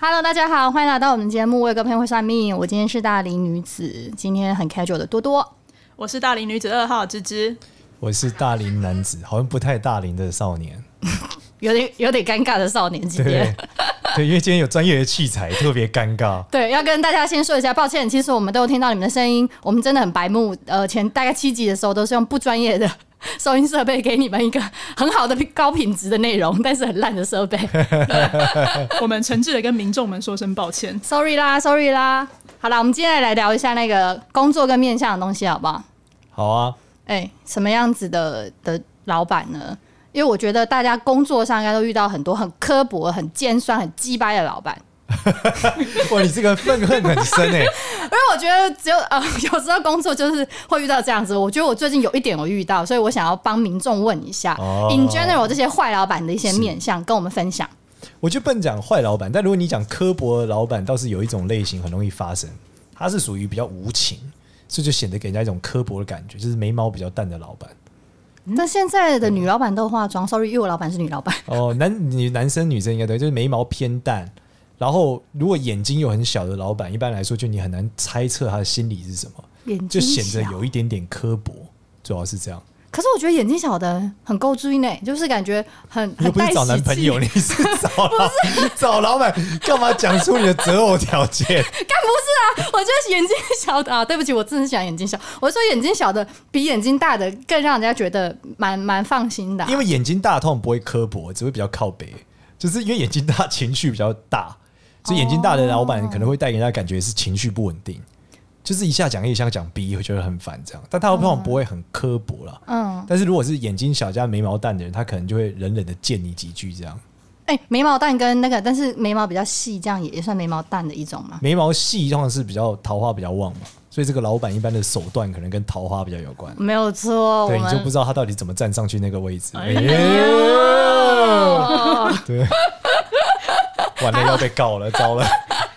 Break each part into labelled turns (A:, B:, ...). A: Hello，大家好，欢迎来到我们节目。我有个朋友会算命，我今天是大龄女子，今天很 casual 的多多。
B: 我是大龄女子二号芝芝，
C: 我是大龄男子，好像不太大龄的少年。
A: 有点有点尴尬的少年今天
C: 对。，对，因为今天有专业的器材，特别尴尬。
A: 对，要跟大家先说一下，抱歉，其实我们都有听到你们的声音，我们真的很白目。呃，前大概七集的时候都是用不专业的 收音设备给你们一个很好的高品质的内容，但是很烂的设备
B: 我们诚挚的跟民众们说声抱 歉。
A: ，sorry 啦，sorry 啦。好啦，我们接下来来聊一下那个工作跟面向的东西，好不好？
C: 好啊，
A: 哎、什么样子的的老板呢？因为我觉得大家工作上应该都遇到很多很刻薄、很尖酸、很鸡掰的老板。
C: 哇，你这个愤恨很深
A: 因
C: 哎、
A: 为我觉得只有呃， 有时候工作就是会遇到这样子。我觉得我最近有一点我遇到，所以我想要帮民众问一下、
C: 哦
A: i n general 这些坏老板的一些面相，跟我们分享。
C: 我就不能讲坏老板，但如果你讲刻薄的老板，倒是有一种类型很容易发生，他是属于比较无情，所以就显得给人家一种刻薄的感觉，就是眉毛比较淡的老板。嗯
A: 那现在的女老板都化妆，sorry，因为我老板是女 老板，
C: 哦，男女男生女生应该对，就是眉毛偏淡，然后如果眼睛又很小的老板，一般来说就你很难猜测他的心理是什么，
A: 眼睛
C: 就显
A: 小
C: 得有一点点刻薄，主要是这样。
A: 可是我觉得眼睛小的很够追呢，就是感觉很
C: 你
A: 很
C: 又不
A: 带
C: 是找男
A: 喜
C: 朋
A: 气
C: 友，你是找老找老板，干嘛讲出你的择偶条件？
A: 干不是 啊，我就是眼睛小的啊，对不起，我真的是想眼睛小。我说眼睛小的比眼睛大的更让人家觉得蛮蛮放心的啊、
C: 因为眼睛大通常不会刻薄，只会比较靠北，就是因为眼睛大情绪比较大，所以眼睛大的老板可能会带给人家感觉是情绪不稳定，就是一下讲 A 一下讲 B，会觉得很烦这样。但他通常不会很刻薄啦。
A: 嗯，
C: 但是如果是眼睛小加眉毛淡的人，他可能就会冷冷的见你几句这样。
A: 哎、眉毛淡跟那个，但是眉毛比较细，这样也也算眉毛淡的一种嘛。
C: 眉毛细通常是比较桃花比较旺嘛，所以这个老板一般的手段可能跟桃花比较有关。
A: 没有错，哦我
C: 对，你就
A: 们
C: 不知道他到底怎么站上去那个位置。
B: 哎
C: 哎
A: 哦
C: 对，完了要被告了，糟了。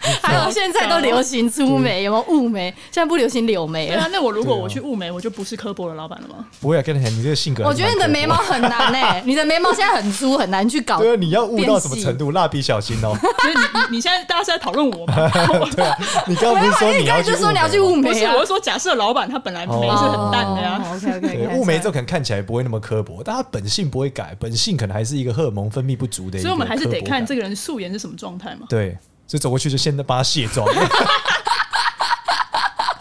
A: 还有现在都流行粗眉，有没有雾眉？现在不流行柳眉
B: 对
A: 了。
B: 啊，那我如果
C: 对啊
B: 我去雾眉，我就不是刻薄的老板了吗？
C: 不会啊，跟你讲，你这个性格，
A: 我觉得你的眉毛，很难哎、你的眉毛现在很粗，很难去搞。
C: 对啊，你要悟到什么程度？蜡笔小新哦，
B: 所以你你你现在大家是在讨论我 吗？
C: 你刚刚不是说你要去
A: 就哎说你要去雾
C: 眉吗？
B: 不
A: 眉
B: 是，
A: 啊
B: 我是说假设老板他本来眉是很淡的啊呀。
A: 哦，OK，OK，OK，
C: 对，雾眉这可能看起来不会那么刻薄，但他本性不会改，本性可能还是一个荷尔蒙分泌不足的一
B: 所
C: 个刻薄感。
B: 以我们还是得看这个人素颜是什么状态嘛。
C: 对，所以走过去就先帮他卸妆，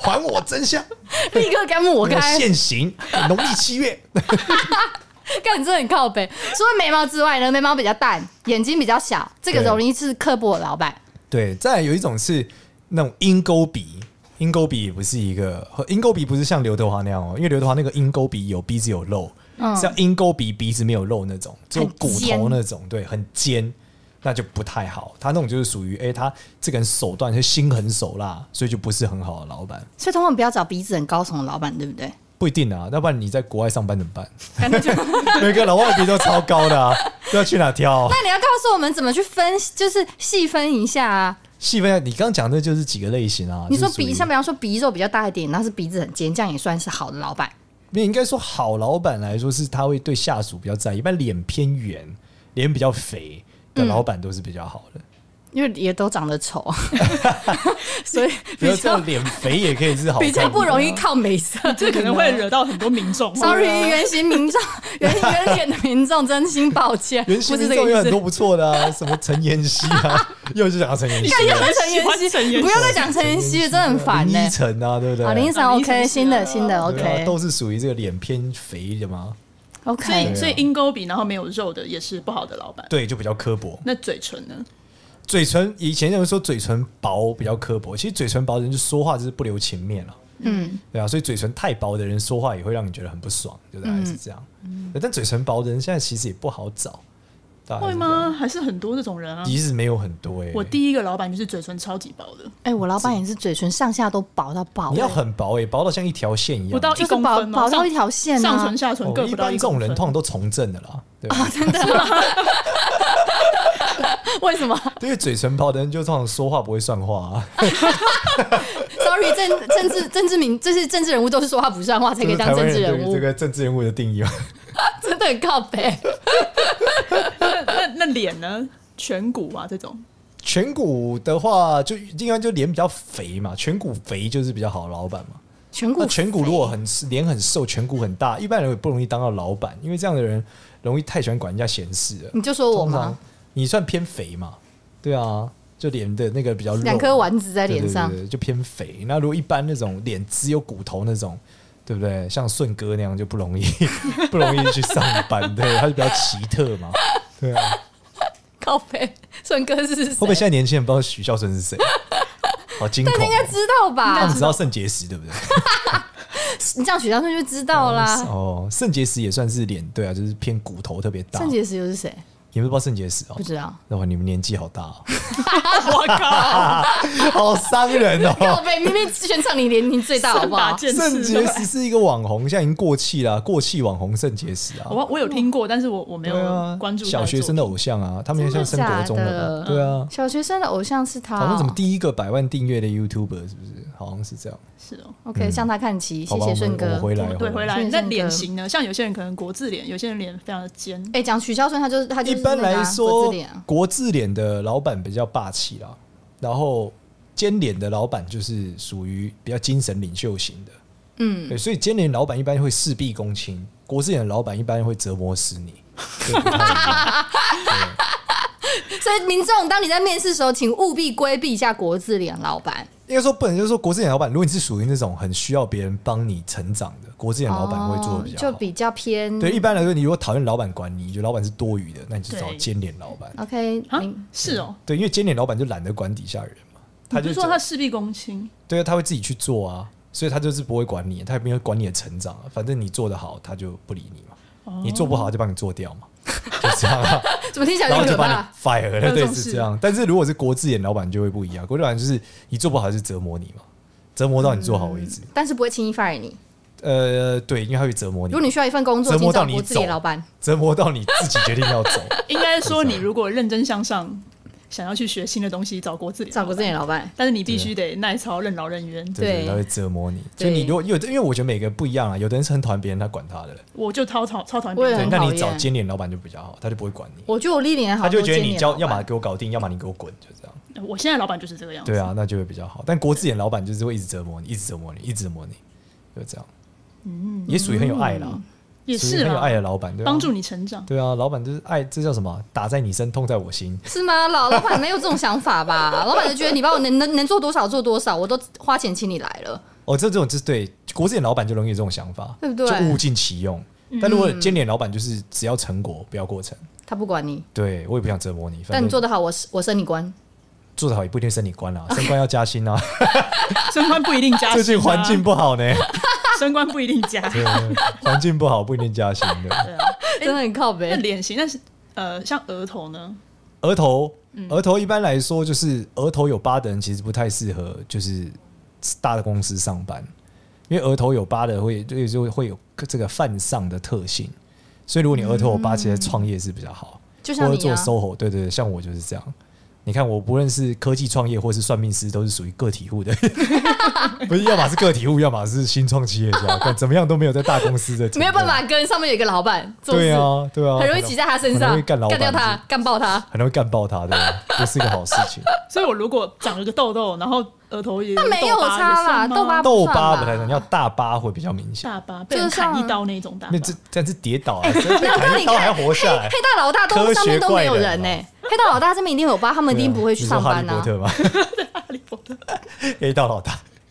C: 还我真相，
A: 立刻该抹
C: 我
A: 开。
C: 现行，农历七月。
A: 干你真的很靠北。除了眉毛之外呢，眉毛比较淡，眼睛比较小，这个
C: 对
A: 容易是刻薄的老板。
C: 对，再来有一种是那种鹰钩鼻，鹰钩鼻也不是一个，鹰钩鼻不是像刘德华那样哦，因为刘德华那个鹰钩鼻有鼻子有肉，
A: 嗯
C: 是要鹰钩鼻鼻子没有肉那种，只有
A: 很
C: 骨
A: 尖
C: 头那种，对，很尖，那就不太好。他那种就是属于，哎、他这个人手段是心狠手辣，所以就不是很好的老板。
A: 所以通常不要找鼻子很高耸的老板，对不对？
C: 不一定啊，要不然你在国外上班怎么办？
A: 感觉就
C: 每个老外鼻都超高的啊，不知道去哪挑、
A: 那你要告诉我们怎么去分，就是细分一下啊。
C: 细分一下，你刚刚讲的就是几个类型啊。
A: 你说
C: 就是属于
A: 鼻，像比方说鼻肉比较大一点，然后是鼻子很尖，这样也算是好的老板。
C: 没有应该说好老板来说是他会对下属比较在意，一般脸偏圆、脸比较肥
A: 嗯
C: 的老板都是比较好的。
A: 因为也都长得丑，啊 所以
C: 比
A: 比
C: 如说这
A: 较
C: 样脸肥也可以是好看
A: 比
C: 的，
A: 较不
C: 啊
A: 容易靠美色。
B: 这可能会惹到很多民众。
A: Sorry，原
C: 啊
A: 型民众，原原脸的民众，真心抱歉，
C: 原
A: 不
C: 型
A: 是
C: 民
A: 这个
C: 众有
A: 意思
C: 很。多不错的啊，什么陈妍希啊，又是讲到陈妍希
B: 也
C: 了，
B: 很喜欢陈妍
A: 不
B: 希，
A: 要再
C: 哦
A: 讲陈妍希了，真的很烦欸哦呢、
C: 林依晨啊，对不对？
A: 好，林医生
B: 啊林依晨
A: OK，
B: 是
A: 新的哦新的
C: 对啊
A: OK
C: 都是属于这个脸偏肥的嘛，
B: 所
A: OK，
B: 以所以鹰钩鼻然后没有肉的也是不好的老板。
C: 啊对，就比较刻薄。
B: 那嘴唇呢？
C: 嘴唇以前有人说嘴唇薄比较刻薄，其实嘴唇薄的人就说话就是不留情面了、
A: 嗯，
C: 对啊，所以嘴唇太薄的人说话也会让你觉得很不爽，就
B: 嗯
C: 大概是这样。对但嘴唇薄的人现在其实也不好找，大概
B: 会
C: 是这样？
B: 吗？还是很多这种人啊？
C: 其实没有很多哎、
B: 我第一个老板就是嘴唇超级薄的，
A: 哎、我老板也是嘴唇上下都薄到爆、
C: 你要
A: 哎
C: 很薄哎、薄到像一条线一样。
B: 不到
A: 就
B: 一
A: 是
B: 公
A: 薄
B: 分吗？
A: 薄到
B: 上
A: 一条线
B: 上
A: 啊
B: 唇。下唇
C: 哦
B: 各
C: 一
B: 不到
C: 般
B: 一
C: 这种
B: 公
C: 人
B: 分。哦
C: 通常都从政的啦，对吧，
A: 真的吗？为 什么
C: 因为嘴唇薄的人就通常说话不会算话、啊，
A: ？Sorry，政政治政治名，这些政治人物都是说话不算话才可以
C: 这是
A: 当
C: 台湾
A: 政治
C: 人
A: 人
C: 对于
A: 物
C: 这，个政治人物的定义嘛。
A: 真的 很靠北。
B: 那那那脸呢？颧骨啊，这种
C: 颧骨的话，就应该就脸比较肥嘛，颧骨肥就是比较好的老板嘛。
A: 颧骨
C: 那颧骨如果
A: 肥
C: 很脸很瘦，颧骨很大，一般人也不容易当到老板，因为这样的人容易太喜欢管人家闲事了。
A: 你就说我
C: 通常
A: 吗？
C: 你算偏肥嘛？对啊，就脸的那个比较肉
A: 两颗丸子在
C: 对
A: 脸上
C: 对，对对就偏肥。那如果一般那种脸只有骨头那种，对不对？像顺哥那样就不容易 不容易去上班，对，他就比较奇特嘛。对啊，
A: 靠背顺哥是谁？
C: 会不会现在年轻人不知道徐孝顺是 谁？好惊恐、
A: 应该
C: 哦！
A: 知道
C: 他
A: 吧
C: 们？知道肾结石对不对？
A: 你这样许孝顺就知道啦。
C: 哦，肾结石也算是脸，对啊，就是偏骨头特别大。
A: 肾结石又是谁？
C: 你们不知道肾结石哦
A: 不？知道。
C: 那你们年纪好 大哦，
B: 我靠，
C: 好伤人
A: 靠
C: 哦！
A: 背明明宣唱你年龄最大，好不
B: 算把
A: 好？
B: 剑
C: 肾
B: 刺出
C: 结
B: 来
C: 石是一个网红，现在已经过气了，啊过气网红肾结石啊。
B: 我我有听过，但是我我没
C: 对啊
B: 有，关注他
C: 小
B: 的
C: 学
B: 作
C: 生的偶像啊，他们现在升国中了吧？
A: 真的假的
C: 对啊，
A: 小学生的偶像是他
C: 好像什么
A: 哦。
C: 第一个百万订阅的 YouTuber 是不是？好像是这样。
B: 品是哦。
A: OK，向他看齐，
C: 嗯好
A: 谢
C: 吧，我
A: 谢顺
C: 们我
A: 哥
C: 们。回来
B: 对，回来。
A: 顺
B: 那
A: 哥
B: 脸型呢？像有些人可能国字脸，有些人脸非常的尖。
A: 哎，讲许孝顺，他就是他就
C: 一
A: 是
C: 般
A: 那个
C: 来
A: 啊国
C: 说
A: 字脸啊，
C: 国字脸的老板比较霸气啦，然后尖脸的老板就是属于比较精神领袖型的。
A: 嗯，
C: 对，所以尖脸老板一般会事必躬亲，国字脸的老板一般会折磨死 你。对不太一样
A: 所以民众，当你在面试的时候，请务必规避一下国字脸老板。
C: 应该说不能就是说国字脸老板，如果你是属于那种很需要别人帮你成长的，国字脸老板会做的比较
A: 哦就
C: 好。
A: 比较偏
C: 对，一般来说，你如果讨厌老板管你，你觉得老板是多余的，那你就找
B: 对
C: 尖脸老板。
A: OK
B: 啊
A: 明。，
B: 是哦。
C: 对，因为尖脸老板就懒得管底下人嘛，他
B: 你
C: 就
B: 不是
C: 觉
B: 说他
C: 得
B: 事必躬亲，
C: 对啊，他会自己去做啊，所以他就是不会管你，他也没有管你的成长、啊，反正你做得好，他就不理你
A: 哦
C: 嘛，你做不好他就帮你做掉嘛，就这样、啊，
A: 怎么听起来就
C: 然后
A: 很
C: 就
A: 可
C: 把你
A: 怕？
C: fire
B: 还
C: 了，
B: 有
C: 对，
B: 这种
C: 是
B: 事
C: 这样。但是如果是国字眼老板就会不一样，国字眼老板就是你做不好就是折磨你嘛，折磨到你做好为止。
A: 但是不会轻易 fire 你。
C: 呃，对，因为他会折磨
A: 如
C: 你
A: 果，你需要一份工作，
C: 折
A: 请
C: 磨
A: 找
C: 到你
A: 国字脸
C: 走
A: 老板。
C: 折磨到你自己决定要 走。
B: 应该说
C: 啊
B: 你如果认真向上，想要去学新的东西，找国字脸，
A: 找国字脸老板。
B: 但是你必须得耐操、任劳任怨。
A: 对
C: 啊对，他会折磨你。所
A: 对
C: 以你如果有，因为我觉得每个人不一样啊，有的人是很讨厌别人，他管他的，
B: 我就超讨超讨厌
A: 我
B: 别
A: 也很，
C: 对
B: 人，
C: 那
A: 讨厌
C: 你找尖脸老板就比较好，他就不会管你，
A: 我觉得我历年好
C: 他就
A: 多
C: 会觉得
A: 尖
C: 你
A: 脸
C: 交
A: 老，板
C: 要么给我搞定，要么你给我滚，就这样。
B: 我现在老板就是这个样子。
C: 对啊，那就会比较好。但国字眼老板就是会一直折磨你，一直折磨你，一直折磨你，就这样。嗯，也属于很有爱啦，
B: 也
C: 属于
B: 是
C: 很有爱
B: 啦，
C: 的老板，对吧啊
B: 帮助。你成长。
C: 对啊，老板就是爱，这叫什么？打在你身，痛在我心。
A: 是吗？老老板没有这种想法吧？ 老板就觉得你把我能能能做多少做多少，我都花钱请你来了。
C: 哦，这这种就是对国字眼老板就容易有这种想法，
A: 对不对
C: 就物尽其用。但如果尖脸老板就是只要成果不要过程，
A: 他不管你，
C: 对我也不想折磨你。反
A: 但
C: 正
A: 你做得好，我我升你官。
C: 做得好也不一定升你官啊，升官要加薪啊。
B: 升官不一定加薪啊，
C: 最近环 境不好呢，
B: 升官不一定加。
C: 对环境不好不一定加薪的。
B: 对啊，
A: 真的很靠
B: 那
A: 北。
B: 脸型，但是呃，像额头呢，
C: 额头，
A: 嗯
C: 额头一般来说就是额头有疤的人其实不太适合，就是大的公司上班，因为额头有疤的会就就会有这个犯上的特性，所以如果你额头有疤，其实创业是比较好，
A: 就
C: 或
A: 像
C: 者
A: 你
C: 做
A: 啊，
C: SOHO，对对对，像我就是这样。你看，我不论是科技创业或是算命师，都是属于个体户的， 不是，要么是个体户，要么是新创企业家，看怎么样都没有在大公司的，
A: 没有办法跟上面有一个老板做事，
C: 对啊，对啊，
A: 很容易挤在他身
C: 很容
A: 上
C: 易，干老板
A: 掉他
C: 是，
A: 干爆他。
C: 很容易干爆他的， 不是一个好事情。
B: 所以我如果长了个痘痘，然后额头也
A: 那没有
B: 痘疤
A: 差啦
B: 也算吗
A: 痘疤
C: 痘
A: 不
C: 疤
A: 算吧
C: 不太能，要大疤会比较明 显。
B: 大疤被人砍一刀那一种大疤
C: 那，这但是跌倒啊，这被砍
A: 你
C: 一刀
A: 看
C: 还活下来
A: 黑，大老大都
C: 科学
A: 上面都没有
C: 怪人
A: 人呢、欸
C: 啊
A: 黑大老大这边一定有疤，他们一定不会去上班
C: 呐、
A: 呐、
C: 你
A: 啊。
C: 说哈 利波
B: 哈利波特
C: 特吗？黑道老大，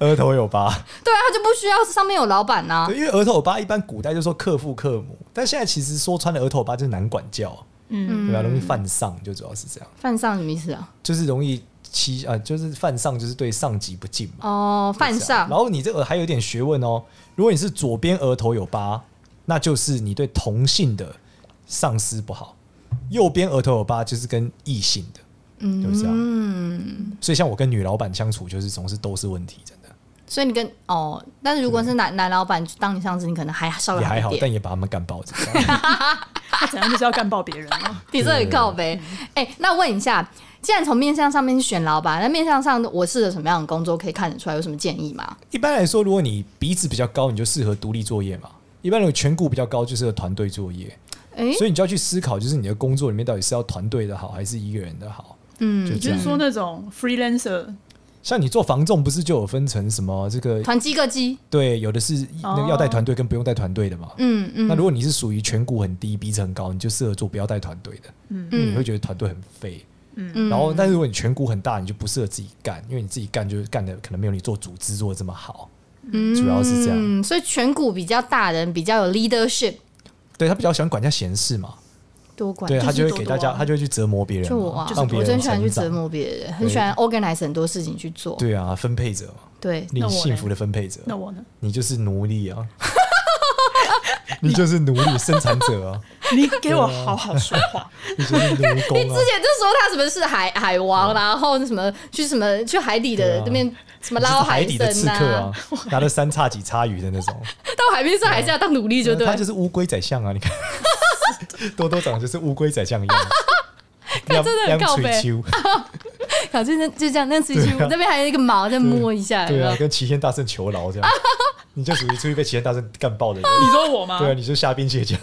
C: 额头有疤，
A: 对啊，他就不需要上面有老板啊呐、
C: 对，因为额头有疤一般古代就说克父克母，但现在其实说穿了额头有疤就是难管教啊，
B: 嗯，
C: 对吧、容易犯上，就主要是这样，
A: 犯上什么意思啊？
C: 就是容易欺啊、就是犯上就是对上级不啊敬嘛。
A: 哦，犯
C: 这样
A: 上
C: 然后你这个还有一点学问哦，如果你是左边额头有疤，那就是你对同性的上司不好；右边额头有疤就是跟异性的，嗯，就是这样。
A: 嗯
C: 所以像我跟女老板相处，就是总是都是问题，真的
A: 所以你跟哦，但是如果是男男老板当你上司，你可能还稍微
C: 嗯也还
A: 一
C: 好，
A: 点。
C: 但也把他们干爆。这样
B: 他怎样就是要干爆别人啊？
A: 你这很靠呗。哎、那问一下，既然从面向上面去选老板，那面向上我适合什么样的工作可以看得出来？有什么建议吗？
C: 一般来说，如果你鼻子比较高，你就适合独立作业嘛；一般如果颧骨比较高，就适合团队作业。
A: 哎、
C: 所以你就要去思考，就是你的工作里面到底是要团队的好，还是一个人的好？嗯，就
B: 你
C: 这
B: 就是
C: 样。
B: 说那种 freelancer
C: 像你做房仲，不是就有分成什么这个
A: 团鸡个鸡，
C: 对，有的是那个要带团队跟不用带团队的嘛。
A: 嗯哦嗯
C: 那如果你是属于颧骨很低、鼻子很高，你就适合做不要带团队的，嗯，你会觉得团队很废。
A: 嗯
C: 然后，但是如果你颧骨很大，你就不适合自己干，因为你自己干就是干的可能没有你做组织做的这么好。主要是这样
A: 嗯，所以颧骨比较大的人比较有 leadership，
C: 对他比较喜欢管人家闲事嘛，
A: 多管
C: 对
B: 就是
C: 他就会给
B: 多多
C: 大
B: 啊
C: 家，他就会去折磨别人
A: 就我
C: 嘛
A: 啊，，
C: 让
A: 我
C: 别
A: 真的
C: 人
A: 喜欢去
C: 成
A: 折
C: 长。
A: 磨别人，很喜欢 organize 很多事情去做。
C: 对啊，分配者嘛，
A: 对，
C: 你
B: 那我嘞
C: 幸福的分配者，
B: 那我 呢？
C: 你就是奴隶啊，你就是奴隶生产者啊，
B: 你给我好好说话。
C: 你就是奴工啊
A: 之。前就说他什么是海海王，然后什么去什么去海底
C: 对
A: 的
C: 啊
A: 那边什么
C: 你就
A: 捞
C: 是海底的
A: 参
C: 刺客啊， 拿着三叉戟叉鱼的那 种，
A: 到海边上还是要当奴隶，就对了。
C: 啊他就是乌龟宰相啊！你看，多多长得就是乌龟宰相 一样，两
A: 真的很
C: 两
A: 靠
C: 垂
A: 北
C: 秋，
A: 搞就那就这样，那次去
C: 对啊
A: 那边还有一个毛在摸一下，
C: 对
A: 有没
C: 啊，
A: 有
C: 跟齐天大圣求饶这样，你就属于出去被齐天大圣干爆 的人，
B: 你说我吗？
C: 对啊，你就虾兵蟹将，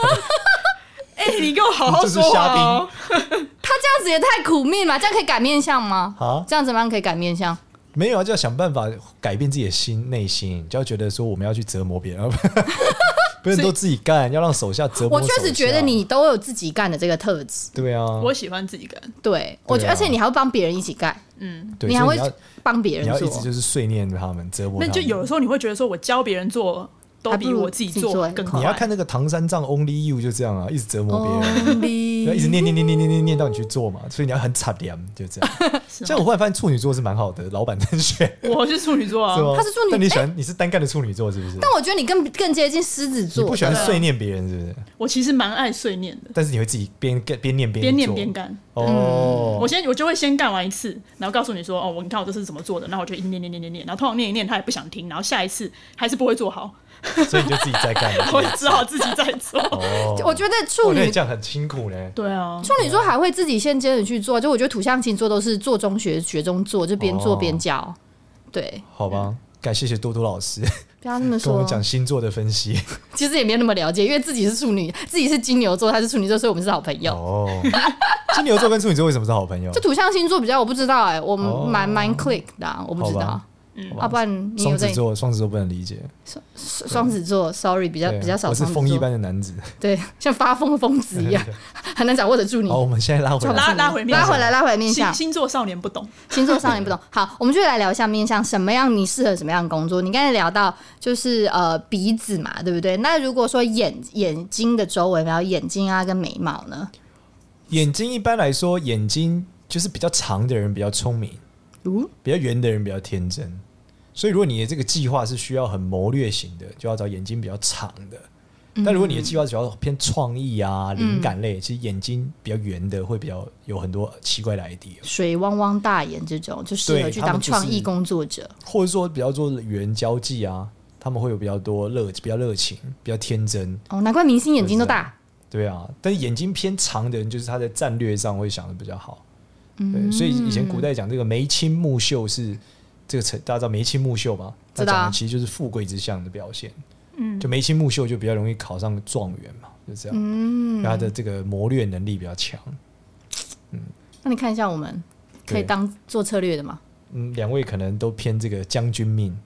B: 哎、你给我好好说话哦。
A: 他这样子也太苦命嘛，这样可以改面相吗？
C: 啊
A: 这样怎么样可以改面相？
C: 没有啊，就要想办法改变自己的心内心，就要觉得说我们要去折磨别人， 不能都自己干，要让手下折磨。
A: 我确实觉得，你都有自己干的这个特质，
C: 对啊，
B: 我喜欢自己干，
A: 对我觉得，
C: 对啊
A: 而且你还会帮别人一起干，
B: 嗯，
C: 对，
A: 你还
C: 所以
A: 会
C: 你要
A: 帮别
C: 你要
A: 人
C: 一
A: 做
C: 直。就是碎念他们，折磨他
B: 那
C: 们。
B: 就有的时候你会觉得说我教别人做都
A: 还不
B: 比
A: 如
B: 我自己
A: 自己
B: 做
A: 做
B: 更快。
C: 你要看那个唐三藏 Only You 就这样啊，一直折磨别人。要一直
A: 人，
C: 念念念念念念念到你去做嘛，所以你要很惨凉，就这样。
B: 是吗
C: 像我忽然发现处女座是蛮好的老板甄选，
B: 我是处女座啊
C: 是，吗？
A: 他是处女
C: 但你喜欢你是单干的处女座是不是？
A: 但我觉得你更更接近狮子
C: 你
A: 座，
C: 不喜欢
B: 对啊
C: 碎念别人是不是？
B: 我其实蛮爱碎念的，
C: 但是你会自己边干边念边
B: 边念
C: 做
B: 边干。
C: 哦
B: 我。先我就会先干完一次，然后告诉你说，哦，我你看我这是怎么做的，然后我就一直念念念念念，然后通常念一念他也不想听，然后下一次还是不会做 好，
C: 所以你就自己在干了。
B: 我就只好自己再做。
C: 哦，
A: 我觉得处
C: 哇那
A: 女
C: 你这样很辛苦呢。
B: 对啊，
A: 处女座还会自己先接着去
C: 哦
A: 做，就我觉得土象星座都是做中学学中做，就边做边教。对，
C: 好吧，感谢谢多多老师
A: 不要那么
C: 跟我
A: 说
C: 们。讲星座的分析。
A: 其实也没有那么了解，因为自己是处女，自己是金牛座，他是处女座，所以我们是好朋友。
C: 哦，金牛座跟处女座为什么是好朋友
A: 就？土象星座比较我不知道哎、我们
C: 哦
A: 蛮蛮 click 的啊、我不知
C: 好
A: 道
C: 吧。
A: 嗯，要不然你有
C: 双
A: 在
C: 子座，双子座不能理解，
A: 双双子座，sorry，比较
C: 对啊
A: 比较少
C: 我是
A: 双子
C: 风一
A: 座，
C: 般的男子。
A: 对，像发疯的疯子一 样，很难掌握得住你。
C: 好，我们现在拉回来。
B: 拉拉回面
A: 拉
B: 相
A: 回来，拉回来面
B: 星
A: 相，
B: 星座少年不懂，
A: 星座上也不懂。好，我们就来聊一下面相，什么样你适合什么样的工作？你刚才聊到就是呃鼻子嘛，对不对？那如果说眼眼睛的周围，然后眼睛啊跟眉毛呢？
C: 眼睛一般来说，眼睛就是比较长的人比较聪明，
A: 嗯，
C: 比较圆的人比较天真。所以，如果你的这个计划是需要很谋略型的，就要找眼睛比较长的。
A: 嗯
C: 但如果你的计划主要偏创意啊、灵感类，其实眼睛比较圆的会比较有很多奇怪的 idea，
A: 水汪汪大眼这种就适合
C: 对
A: 去
C: 他们
A: 当
C: 就是
A: 创意工作者。
C: 或者说比较做圆交际啊，他们会有比较多热、比较热情、比较天真，
A: 哦，难怪明星眼睛都大。
C: 对啊。但是眼睛偏长的人，就是他在战略上会想的比较好。对，
A: 嗯
C: 所以以前古代讲这个眉清目秀是这个成，大家知道眉清目秀吗？
A: 知
C: 那
A: 道啊
C: 讲的其实就是富贵之相的表现。嗯，就眉清目秀就比较容易考上状元嘛，就这样。嗯，他的这个谋略能力比较强。
A: 那你看一下我们可以
C: 啊对
A: 当做策略的吗？
C: 嗯，两位可能都偏这个将军命，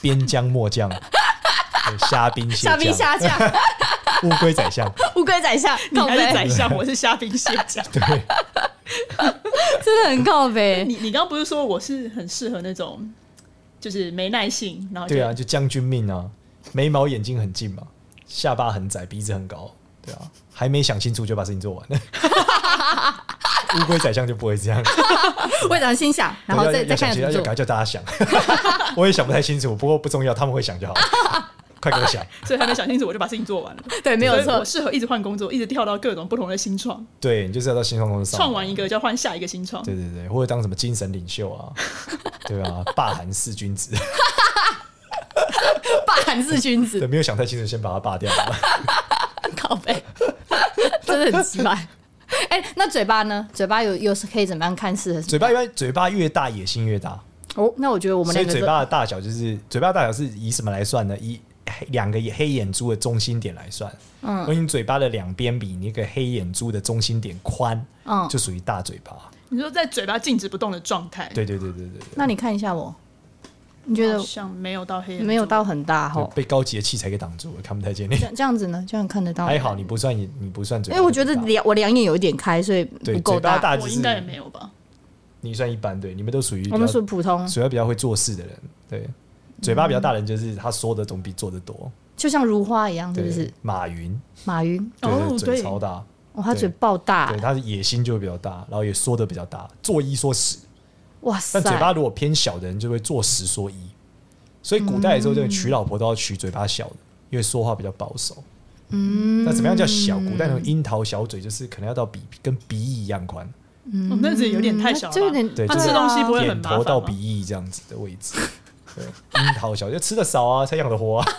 C: 边疆 末将，对虾兵蟹
A: 虾兵
C: 将，
A: 虾将，
C: 乌龟宰相。
A: 乌龟宰相，
B: 你
A: 靠
B: 还是
A: 背，
B: 宰相，我是虾兵蟹 将。
C: 对，
A: 真的很靠背。
B: 你你刚刚不是说我是很适合那种，就是没耐性，然后就
C: 对啊，就将军命啊，眉毛眼睛很近嘛，下巴很窄，鼻子很高，对啊，还没想清楚就把事情 做完了。乌龟宰相就不会这样，
A: 会长心想， 然后
C: 对
A: 再
C: 要
A: 再
C: 要想
A: 看怎
C: 清
A: 么
C: 要
A: 做
C: 赶。快叫大家想，我也想不 太清楚，不过不重要，他们会想就 好了。快给我想，
B: 所以还没想清楚，我就把事情做完了。
A: 对， 没有
B: 所以
A: 错
B: 我。适合一直换工作，一直跳到各种不同的新创，
C: 对，你就是要到新创公司上班
B: 创完一个就要换下一个新创。
C: 对对对，或者当什么精神领袖啊，对啊， 霸韩四君 子，
A: 霸韩式君子
C: 对，，没有想太清楚，先把他霸掉 了。
A: 靠背，真的很奇怪。哎、那嘴巴呢？嘴巴有有是可以怎么样看适合什
C: 嘴巴一般，嘴巴越大野心越大，
A: 么？哦，那我觉得我们
C: 所
A: 两
C: 以
A: 个
C: 嘴
A: 都
C: 巴的大小就是嘴巴的大小是以什么来算呢？以黑两个黑眼珠的中心点来算。嗯，而你嘴巴的两边比那个黑眼珠的中心点宽，
A: 嗯
C: 就属于大嘴巴。
B: 你说在嘴巴静止不动的状态，
C: 对对对对对对，
A: 那你看一下我，你觉得
B: 好啊像没有到黑眼，
A: 没有到，很大吼？
C: 被高级的器材给挡住了，看不太见你。
A: 这样这样子呢，这样看得到吗？
C: 还好你不算，你不算嘴
A: 因
C: 巴很大。
A: 哎为我觉得两我两眼有一点开，所以
C: 对
A: 不
C: 嘴
A: 够
C: 巴
A: 大。
C: 大，
B: 我应该也没。有吧？
C: 你算一般，对，你们都属于比
A: 我们
C: 较
A: 属嗯普通，
C: 主要比较会做事的人，对，嘴巴比较大的人就是他说的总比做的多，
A: 就像如花一哦样，是
C: 对，
A: 不是？
C: 马云，
A: 马云，
C: 对
B: 哦
C: 对，嘴
B: 对
C: 超大，
A: 哇，他
C: 对
A: 嘴爆大
C: 对，，他的野心就会比较大，然后也说的比较大，做一说十，
A: 哇塞
C: 但！嘴巴如果偏小的人就会做十说一，所以古代的时候，这个娶老婆都要娶嘴巴小的，因为说话比较保守。嗯，那怎么样叫小？古代那种樱桃小嘴，就是可能要到鼻跟鼻翼一样宽，
B: 哦那只有点太小了吧，
A: 嗯就有点啊
C: 对
B: 他
C: 就是
B: 吃东西不会很
C: 点
B: 麻烦
C: 头
B: 吗
C: 到鼻翼这样子的位置。对，樱桃小嘴吃的少啊，才养得活啊。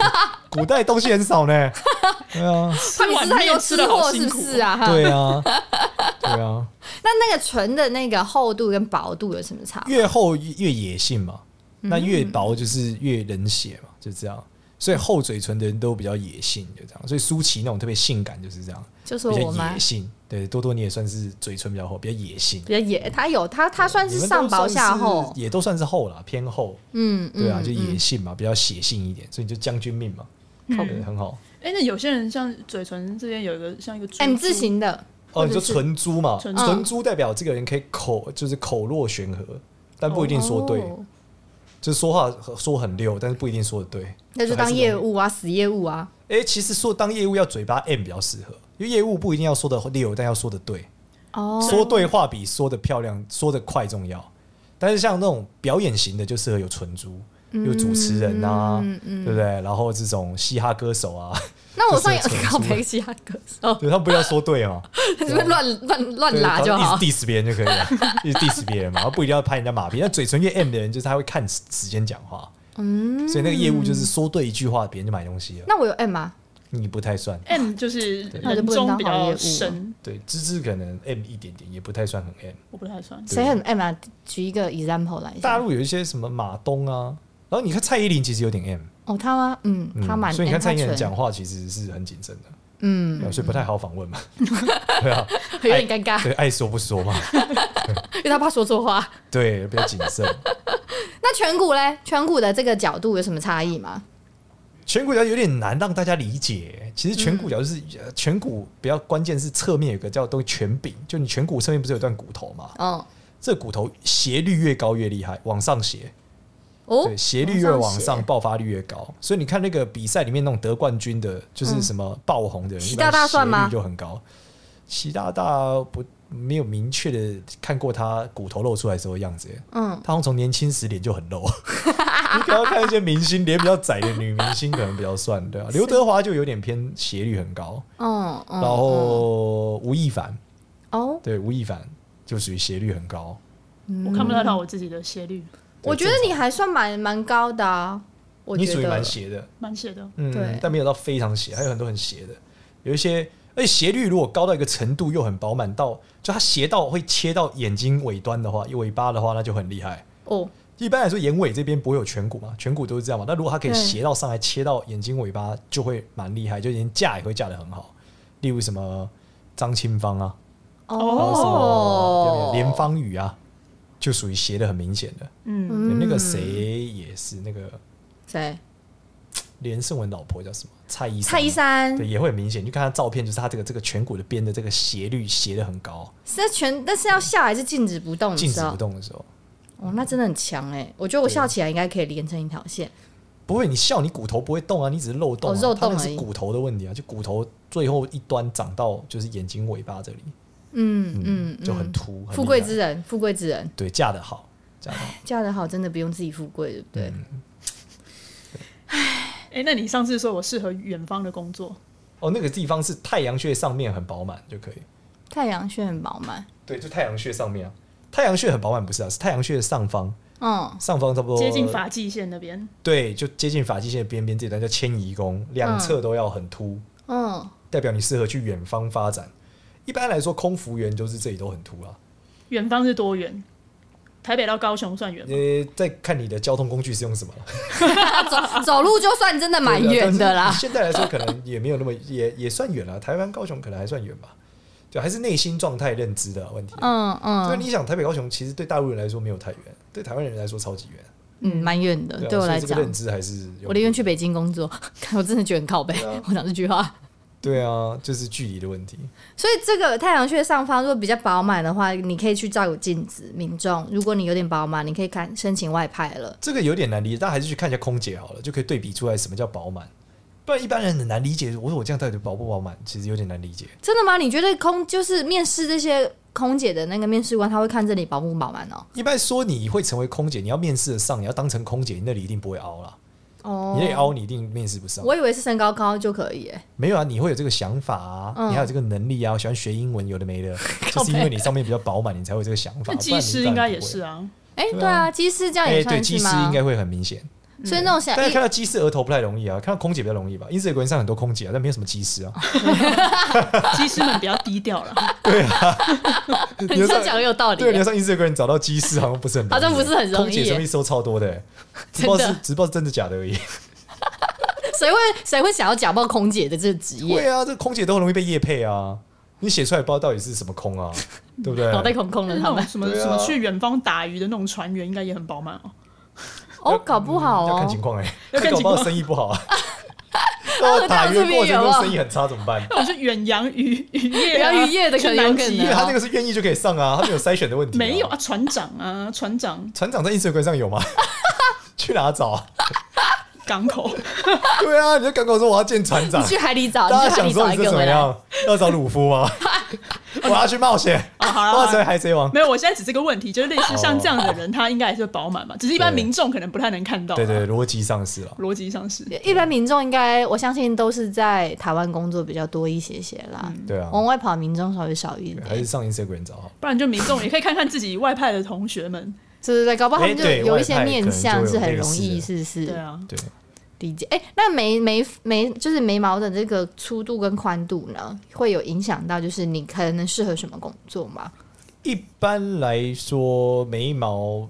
C: 古代东西很少呢。对啊，
A: 他们
B: 碗
A: 是他
B: 面
A: 有吃
B: 吃得好
A: 货
B: 辛
A: 是
B: 苦
A: 不是啊？哈
C: 对啊，对啊，
A: 那那个唇的那个厚度跟薄度有什么差？
C: 越厚越野性嘛，那越薄就是越冷血嘛，就这样。所以厚嘴唇的人都比较野性，就这样。所以舒淇那种特别性感就是这样，
A: 就说
C: 比
A: 我
C: 较
A: 吗
C: 野？性。对，多多你也算是嘴唇比较厚，比较野性。
A: 比较野，他有他他算
C: 你
A: 是
C: 们
A: 上
C: 都
A: 薄
C: 算
A: 下
C: 是
A: 厚，
C: 也都算是厚啦，偏厚。
A: 嗯，
C: 对啊，
A: 嗯
C: 就野
A: 嗯
C: 性嘛，比较血性一点，所以你就将军命嘛，对很好。
B: 哎、那有些人像嘴唇这边有一个像一个珠
A: M
B: 珠
A: 字，形的，
C: 哦，
A: 或
C: 你
A: 者
C: 说
A: 是
C: 唇珠嘛，
B: 唇
A: 珠
C: 唇珠代表这个人可以口就是口若悬河，但不一定说对，
A: 哦
C: 就是说话说很溜，但是不一定说的对。
A: 那就
C: 还
A: 当
C: 是
A: 业
C: 容易
A: 务啊，死业务啊，
C: 哎、其实说当业务要嘴巴 M 比较适合，因为业务不一定要说的溜，但要说的对，
A: 哦，
C: 说对话比说的漂亮、说的快重要。但是像那种表演型的，就适合有唇珠，
A: 嗯
C: 有主持人啊，对不对？然后这种嘻哈歌手啊，
A: 那我上
C: 就是唇
A: 靠
C: 珠
A: 北西亚歌手，
C: 对他们不要说 对嘛，
A: 你们乱乱乱
C: 对
A: 拉就好
C: 一。直 diss 别人就可以了， 一直 diss 别人嘛，不一定要拍人家马屁。那嘴唇越 M 的人，就是他会看时时间讲话，嗯，所以那个业务就是说对一句话，别人就买东西了。
A: 那我有 M 啊，
C: 你不太算，
B: M 就是
A: 那就
B: 人
A: 不能
B: 中
A: 当
B: 比
A: 好业务
B: 较
A: 了
B: 深，
C: 对，芝芝可能 M 一点点，也不太算很 M。
B: 我不太算。
C: 对
A: 谁很 M 啊？举一个 example 来一
C: 大
A: 下。
C: 陆有一些什么马东啊，然后你看蔡依林其实有点 M，
A: 哦，他吗？嗯，
C: 嗯
A: 他蛮 M，
C: 所以你看蔡依林
A: 他纯
C: 讲，话其实是很谨慎的，
A: 嗯，
C: 对啊所以不太好 访问嘛，对啊，
A: 有点尴尬，
C: 对，爱说不说嘛，
A: 因为他怕说错话。
C: 对，比较谨慎。
A: 那颧骨嘞？颧骨的这个角度有什么差异吗？
C: 颧骨角有点难让大家理解，其实颧骨角就是呃颧骨比较关键是侧面有个叫东西颧柄，就你颧骨侧面不是有一段骨头嘛？
A: 哦
C: 这骨头斜率越高越厉害，往上斜，
A: 哦
C: 对，，斜率越往上，
A: 斜，
C: 爆发率越高。所以你看那个比赛里面那种得冠军的，就是什么爆红的人，
A: 嗯习
C: 一
A: 大
C: 般
A: 大算吗
C: 斜率就很高。习大大不没有明确的看过他骨头露出来的时候的样子耶，
A: 嗯，
C: 他好像从年轻时脸就很露。 你可能要看一些明星脸比较窄的女明星，可能比较算对啊。刘德华就有点偏斜率很高，
A: 哦，嗯
C: 然后吴亦凡，
A: 哦，
C: 对吴亦凡就属于斜率很高。
A: 嗯
B: 我看不太到我自己的斜率，
C: 对
A: 我觉得你还算蛮蛮高的啊，我
C: 你
A: 觉
C: 属于
A: 得
C: 蛮斜的，
B: 蛮斜的。哦
A: 对
C: 嗯，但没有到非常斜，还有很多很斜的，有一些，而且斜率如果高到一个程度又很饱满到，就它斜到会切到眼睛尾端的话，有尾巴的话，那就很厉害。
A: 哦，
C: 一般来说，眼尾这边不会有颧骨嘛，颧骨都是这样嘛。那如果它可以
A: 对
C: 斜到上来切到眼睛尾巴，就会蛮厉害，就连架也会架得很好。例如什么张清芳啊，
B: 哦
C: 然后什么
A: 哦，
C: 连芳宇啊，就属于斜的很明显的。
B: 嗯，
C: 对
A: 嗯
C: 那个谁也是那个
A: 谁？
C: 连胜文老婆叫什么？蔡依
A: 蔡依
C: 珊。
A: 珊
C: 对，也会很明显。你就看他照片，就是他这个这个颧骨的边的这个斜率斜的很高，
A: 是在全，但是要笑还是静止不动？你
C: 静
A: 知
C: 止
A: 道
C: 不动的时候，
A: 哦，那真的很强哎、我觉得我
C: 对
A: 笑起来应该可以连成一条线。
C: 不会你笑你骨头不会动啊，你只是漏洞、啊，
A: 哦肉
C: 它那
A: 洞
C: 个
A: 而
C: 是
A: 已
C: 骨头的问题啊，就骨头最后一端长到就是眼睛尾巴这里，
A: 嗯
C: 嗯
A: 嗯，
C: 就很
A: 嗯
C: 凸，很
A: 富贵
C: 厉害
A: 之人，富贵之人，
C: 对架的好，架的好，
A: 嫁得好真的不用自己富贵，对不对？
C: 嗯
B: 哎、那你上次说我适合远方的工作，
C: 哦，那个地方是太阳穴上面很饱满就可以，
A: 太阳穴很饱满，
C: 对，就太阳穴上面啊，太阳穴很饱满不是啊，是太阳穴的上方，
A: 嗯，
C: 上方差不多
B: 接近发际线那边，
C: 对，就接近发际线的边边这段叫迁移宫，两侧都要很凸。
A: 嗯，
C: 代表你适合去远方发展。一般来说，空服员就是这里都很突啊。
B: 远方是多远？台北到高雄算远吗？
C: 呃，再看你的交通工具是用什么了，
A: 走走路就算真的 蛮远的
C: 对啊但
A: 啦
C: 是。现在来说，可能也没有那么也也算远了。台湾高雄可能还算远吧。对，还是内心状态认知的啊问题。
A: 嗯
C: 所以
A: 嗯
C: 你想，台北高雄其实对大陆人来说没有太远，对台湾人来说超级远。
A: 嗯，蛮远的，
C: 啊
A: 对我
C: 所以
A: 来
C: 这个
A: 讲，
C: 认知还是有
A: 我宁愿去北京工作， 我真的觉得很靠北。
C: 对啊
A: 我讲这句话，
C: 对啊，就是距离的问题。
A: 所以这个太阳穴上方如果比较饱满的话，你可以去照有镜子。民众，如果你有点饱满，你可以看申请外派了。
C: 这个有点难理解，大家还是去看一下空姐好了，就可以对比出来什么叫饱满。不然一般人很难理解，我说我这样到底饱不饱满，其实有点难理解。
A: 真的吗？你觉得空就是面试这些空姐的那个面试官，他会看这里饱不饱满哦？
C: 一般说你会成为空姐，你要面试得上，你要当成空姐，你那里一定不会凹啦。
A: 哦
C: 你那里凹，你一定面试不上。
A: 我以为是身高高就可以耶。
C: 没有啊，你会有这个想法啊，
A: 嗯
C: 你还有这个能力啊，我喜欢学英文，有的没 的，就是因为你上面比较饱满，你才会有这个想法。
B: 那技师应该也是
C: 啊，
B: 啊，
A: 哎、
C: 对啊
A: 对啊，机师这样
C: 哎、
A: 也
C: 对，
A: 算
C: 技
A: 是
C: 师
A: 吗？
C: 应该嗯会很明显。
A: 所以那种想
C: 大家看到技师额头不太容易啊，看到空姐比较容易吧。Instagram 上很多空姐啊，但没有什么 技师啊。
B: 技师们比较低调 了。
C: 你
A: 这样
C: 要上
A: 讲有道理
C: 对，你要
A: 耶，
C: 上 Instagram 找到机师好像不是很容易
A: 好像不是很容易
C: 空姐生意收超多的、欸，只不 知道
A: 真
C: 是
A: 的
C: 只不知道是真的假的而已。
A: 谁会谁会想要假冒空姐的这个职业？
C: 对啊，这空姐都很容易被业配啊，你写出来不知道到底是什么空啊，对不对？
A: 脑袋空空的
B: 那
A: 他
B: 种
A: 们
B: 什么
C: 对啊
B: 什么去远方打鱼的那种船员，应该也很饱满哦。
A: 哦，搞不好
C: 要看
A: 哦
C: 情，况哎、欸，
B: 要看
C: 搞
B: 情
C: 不
B: 况
C: 好生意 不好啊。那 打鱼的过程中
A: 啊
C: 生意很差怎么办？
B: 那种是远洋渔渔业
A: 远
B: 啊，
A: 洋渔业的
B: 去
A: 可能有
B: 南
A: 可
B: 极
A: 能
C: 因为
B: 啊
C: 他那个是愿意就可以 上啊，他没有筛选的问题、
B: 没有，啊，船长啊，船长
C: 船长在 Instagram 上有吗？ 去哪找啊？
B: 港口，
C: 对啊，你就刚刚说我要见船长
A: 你，去海里找，
C: 大
A: 你
C: 家
A: 去海
C: 想
A: 里
C: 说
A: 找
C: 你
A: 一
C: 是
A: 个
C: 怎么
A: 回来。
C: 样？要找鲁夫 吗？我要去冒险，
B: 啊好啦
C: 我要
B: 好啦
C: 成为海贼王。
B: 没有，我现在只是个问题，就是类似像这样的人，他应该还是饱满吧，只是一般
C: 哦对
B: 民众可能不太能看到。啊
C: 对对，，逻辑上是啊了。
B: 逻辑上是。
A: 一般民众应该，我相信都是在台湾工作比较多一些些啦，
C: 对啊，
A: 往外跑民众稍微少一
C: 还是
A: 点。
C: 上 Instagram 找好。
B: 不然就民众也可以看看自己外派的同学们。
A: 对对对，搞不好他们
C: 哎
A: 就
C: 对
A: 有一些
C: 外派
A: 面相是很容
C: 可能就有类
A: 易，
C: 似
A: 是不是？
B: 对啊，
C: 对，
A: 理解。哎、那眉眉眉就是眉毛的这个粗度跟宽度呢，会有影响到就是你可能适合什么工作吗？
C: 一般来说，眉毛，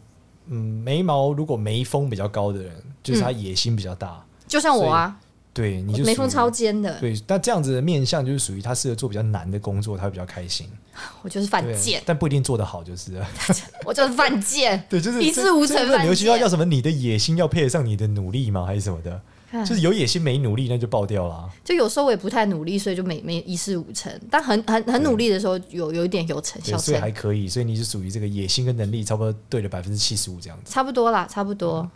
C: 嗯，眉毛如果眉峰比较高的人，就是他野心比较大，
A: 就像我啊，
C: 对，你就
A: 嗯眉
C: 属
A: 峰
C: 于
A: 超尖的，
C: 对，但这样子的面相就是属于他适合做比较难的工作，他会比较开心。
A: 我就是犯
C: 对
A: 贱，，
C: 但不一定做得好，就是 了。
A: 我就是犯贱
C: 对，就是
A: 一
C: 这
A: 事无
C: 这
A: 成
C: 部分
A: 犯
C: 你会需要
A: 贱
C: 要什么？你的野心要配得上你的努力吗？还是什么的？就是有野心没努力，那就爆 掉啦。
A: 就有时候我也不太努力，所以就没没一事无成。但很很很努力的时候，有有一点有成，
C: 对，
A: 小
C: 所以还
A: 成，
C: 可以，所以你是属于这个野心跟能力差不多对了百分之七十五这样子。
A: 差不多啦，差不
C: 嗯
A: 多。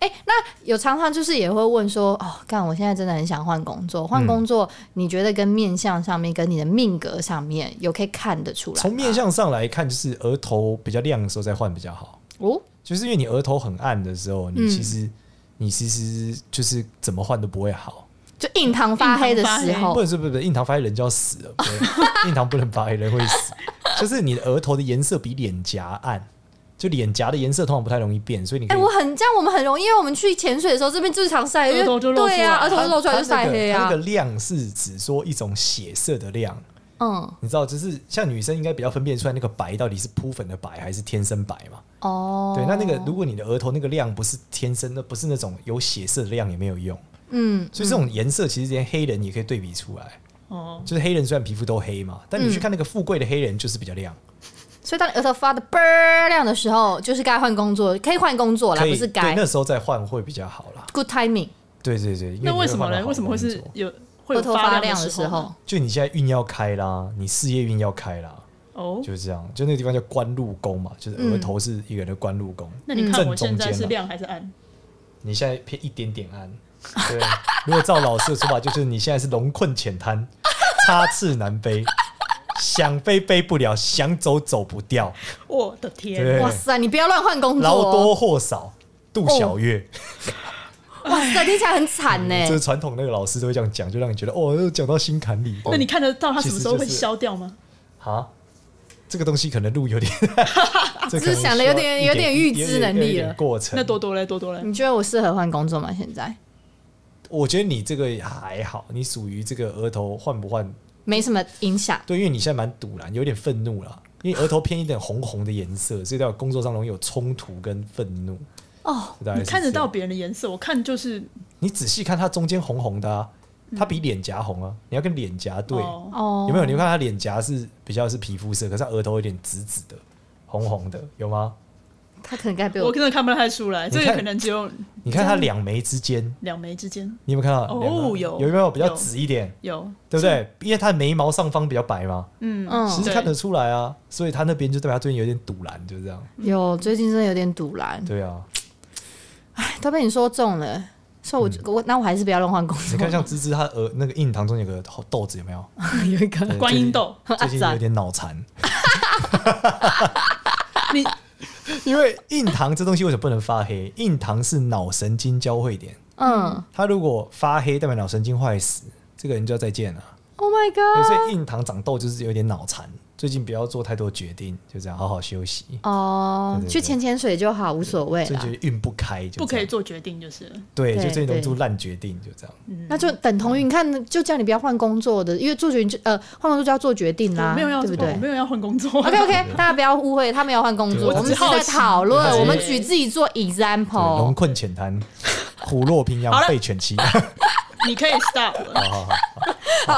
A: 哎、那有常常就是也会问说，哦，干，我现在真的很想换工作，换
C: 嗯
A: 工作，你觉得跟面相上面，跟你的命格上面有可以看得出来吗？
C: 从面相上来看，就是额头比较亮的时候再换比较好，
A: 哦，
C: 就是因为你额头很暗的时候，
A: 嗯
C: 你其实、你其实就是怎么换都不会好。
A: 就印堂发黑的时
B: 印堂发
A: 候
C: 不，能是不是不是，印堂发黑人就要死了，不会印堂不能发黑人会死。就是你的额头的颜色比脸颊暗，就脸颊的颜色通常不太容易变，所以你
A: 哎、
C: 可以。
A: 我很这样，我们很容易，因为我们去潜水的时候，这边就是常晒，因为
B: 额头就露出来
A: 对啊，
B: 它
A: 额头就露出来
C: 它
A: 就晒黑
C: 它那
A: 啊
C: 个它那。个亮是指说一种血色的亮，
A: 嗯，
C: 你知道，就是像女生应该比较分辨出来那个白到底是铺粉的白还是天生白嘛？
A: 哦，
C: 对，那那个如果你的额头那个亮不是天生的，不是那种有血色的亮也没有用。
A: 嗯，
C: 所以这种颜色其实连黑人也可以对比出来，
B: 哦，
C: 就是黑人虽然皮肤都黑嘛，但你
A: 嗯
C: 去看那个富贵的黑人就是比较亮，
A: 所以当你额头发的倍儿亮的时候，就是该换工作，可以换工作啦，
C: 可以
A: 不是
C: 对
A: 该
C: 那时候再换会比较好啦。
A: good timing，
C: 对对对，因
B: 那
C: 你
B: 为
C: 会
B: 什么
C: 换到
B: 呢？
C: 好
B: 为什么会
C: 的工
B: 是
C: 作
B: 有会
A: 额
B: 有
A: 头发亮
B: 亮
A: 的时
B: 候
A: 候？，
C: 就你现在运要开啦，你事业运要开啦，
B: 哦，
C: 就是这样。就那个地方叫官禄宫嘛，就是额头是一个人的官禄宫。
B: 那你看
C: 正
B: 我现
C: 中
B: 在
C: 间啊
B: 是
C: 嘛
B: 亮还是暗？
C: 你现在偏一点点暗。对， 如果照老师的说法，就是你现在是龙困浅滩，插翅难飞，想飞飞不了，想走走不掉，
B: 我的天
C: 对，
A: 哇塞，你不要乱换工作、
C: 劳
A: 哦，
C: 多或少。度小月，
A: 哇塞，听起来很惨呢、
C: 就是传统那个老师都会这样讲，就让你觉得哦，又讲到心坎里。
A: 哦
C: 哦
B: 那你看得到他什么时候
C: 其
B: 会
C: 实就是
B: 消掉吗？
C: 啊，这个东西可能路 有点， 这可能
A: 只是想得有点
C: 需要一
A: 有点预知能力了
C: 有点过程。
B: 那多多嘞，多多
C: 嗯
B: 嘞，
A: 你觉得我适合换工作吗？现在
C: 我觉得你这个还好，你属于这个额头换不换？
A: 没什么影响，
C: 对，因为你现在蛮堵然，有点愤怒啦。因为额头偏一点红红的颜色，所以在工作上容易有冲突跟愤怒。
A: 哦，
C: 大概
B: 你
C: 是
B: 看得
C: 这
B: 到，
C: 样
B: 别人的颜色，我看就是
C: 你仔细看它中间红红的、啊，它比脸颊红啊，你要跟脸颊对，
B: 哦
A: 哦
C: 有没有？你会看他脸颊是比较是皮肤色，可是他额头有点紫紫的、红红的，有吗？
A: 他可能该被
B: 我
A: 我
B: 真的看不太出来，
C: 你
B: 这
C: 看
B: 个可能只有
C: 你看他两眉之间，
B: 两眉之间
C: 你有没有看到？
B: 哦
C: 两眉
B: 有
C: 有没有比较
B: 有
C: 紫一点？
B: 有，
C: 对不对？因为他的眉毛上方比较白嘛，
B: 嗯
A: 嗯
C: 其实看得出来啊，所以他那边就代表他最近有点堵蓝，就是这样。
A: 有最近真的有点堵拦，
B: 嗯
C: 对啊，
A: 都被你说中了，所以我就、我那我还是不要乱换工
C: 嗯你
A: 作。
C: 看像芝芝，她额那个印堂中有个豆子，有没有？
A: 有一个
C: 对
B: 观音豆，啊
C: 最 近最近有点脑残，
B: 你
C: 因为印堂这东西为什么不能发黑？印堂是脑神经交汇点，
A: 嗯
C: 它如果发黑，代表脑神经坏死，这个人就要再见了。
B: 啊
A: ，Oh my
C: 对，
A: god！
C: 所以印堂长痘就是有点脑残，最近不要做太多决定，就这样好好休息。
A: 哦
C: 对，对对
A: 去潜潜水就好，无所谓
C: 最近
A: 啦
C: 觉。得运不开，就这
B: 不
C: 样
B: 可以。做决定就是了，
C: 对，就
A: 对
C: 最近都
A: 对
C: 做烂决定，就这样。
A: 那就等同于你看，就叫你不要换工作的，因为做决定就呃换工作就要做决定
B: 我
A: 啦，
B: 没有要
A: 对不
B: 我
A: 对
B: 没有要换工作
A: ？OK OK，大家不要误会，他没有换工
C: 对
A: 作，我们只是
B: 我只
A: 在
B: 是好奇
A: 讨论，
C: 对
A: 我们举自己做
C: 对龙
A: example。
C: 困浅滩，虎 落平
B: 好
C: 阳
B: 了
C: 被犬欺。好
B: 你可以 stop 了，
C: 好好，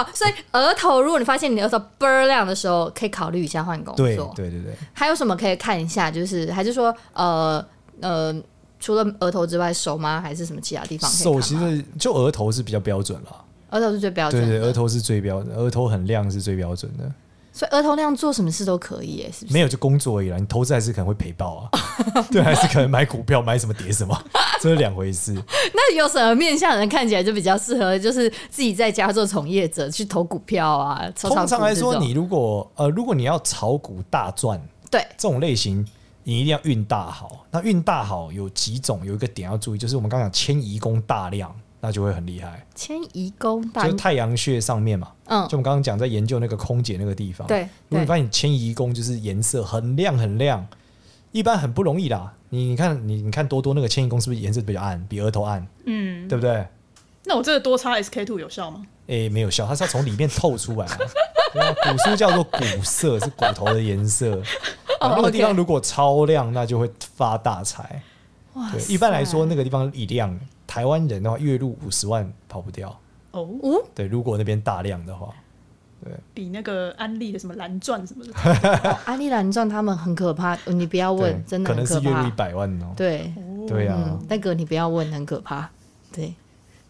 A: 好，所以额头，如果你发现你的额头倍儿亮的时候，可以考虑一下换工
C: 对
A: 作。
C: 对对对，
A: 还有什么可以看一下？就是还是说呃呃，除了额头之外，手吗？还是什么其他地方可以看
C: 手
B: 啊
A: 吗？
C: 其实就额头是比较标准了。
A: 额头是最标准
C: 对
A: 的。
C: 对，额头是最标准，额头很亮是最标准的。
A: 所以额头那样做什么事都可以耶、是不是？
C: 没有就工作而已啦，你投资还是可能会赔爆 啊。对，还是可能买股票买什么跌什么，这是两回事。
A: 那有什么面相的人看起来就比较适合，就是自己在家做从业者去投股票啊？炒炒
C: 通常来
A: 股
C: 说，
A: 这种
C: 你如果呃，如果你要炒股大赚，
A: 对
C: 这种类型，你一定要运大好。那运大好有几种，有一个点要注意，就是我们刚刚讲迁移宫大量，那就会很厉害，
A: 迁移宫
C: 就
A: 大
C: 是太阳穴上面嘛。
A: 嗯
C: 就我们刚刚讲在研究那个空姐那个地方，
A: 对
C: 如果
A: 对
C: 你发现迁移宫就是颜色很亮很亮，一般很不容易啦。你你看你你看多多那个迁移宫是不是颜色比较暗，比额头暗，
B: 嗯，
C: 对不对？
B: 那我这个多插 SK two 有效吗？
C: 诶、哎没有效，它是要从里面透出来、啊。对啊古书叫做骨色，是骨头的颜色。啊那个地
A: 哦
C: 方
A: OK
C: 如果超亮，那就会发大财。
A: 哇
C: 对，
A: 塞
C: 一般来说那个地方一亮，台湾人的话月入五十万跑不掉。
B: 哦，
A: 哦，
C: 对，如果那边大量的话，
B: 比那个安利的什么蓝钻什么的，
A: 阿丽哦兰传他们很可怕，呃你不要问
C: 对，，
A: 真的
C: 可
A: 很
C: 能
A: 可
C: 是月入
A: 怕。
C: 一百万哦、
A: 对，
C: 对啊，
A: 嗯，那个你不要问，很可怕。对，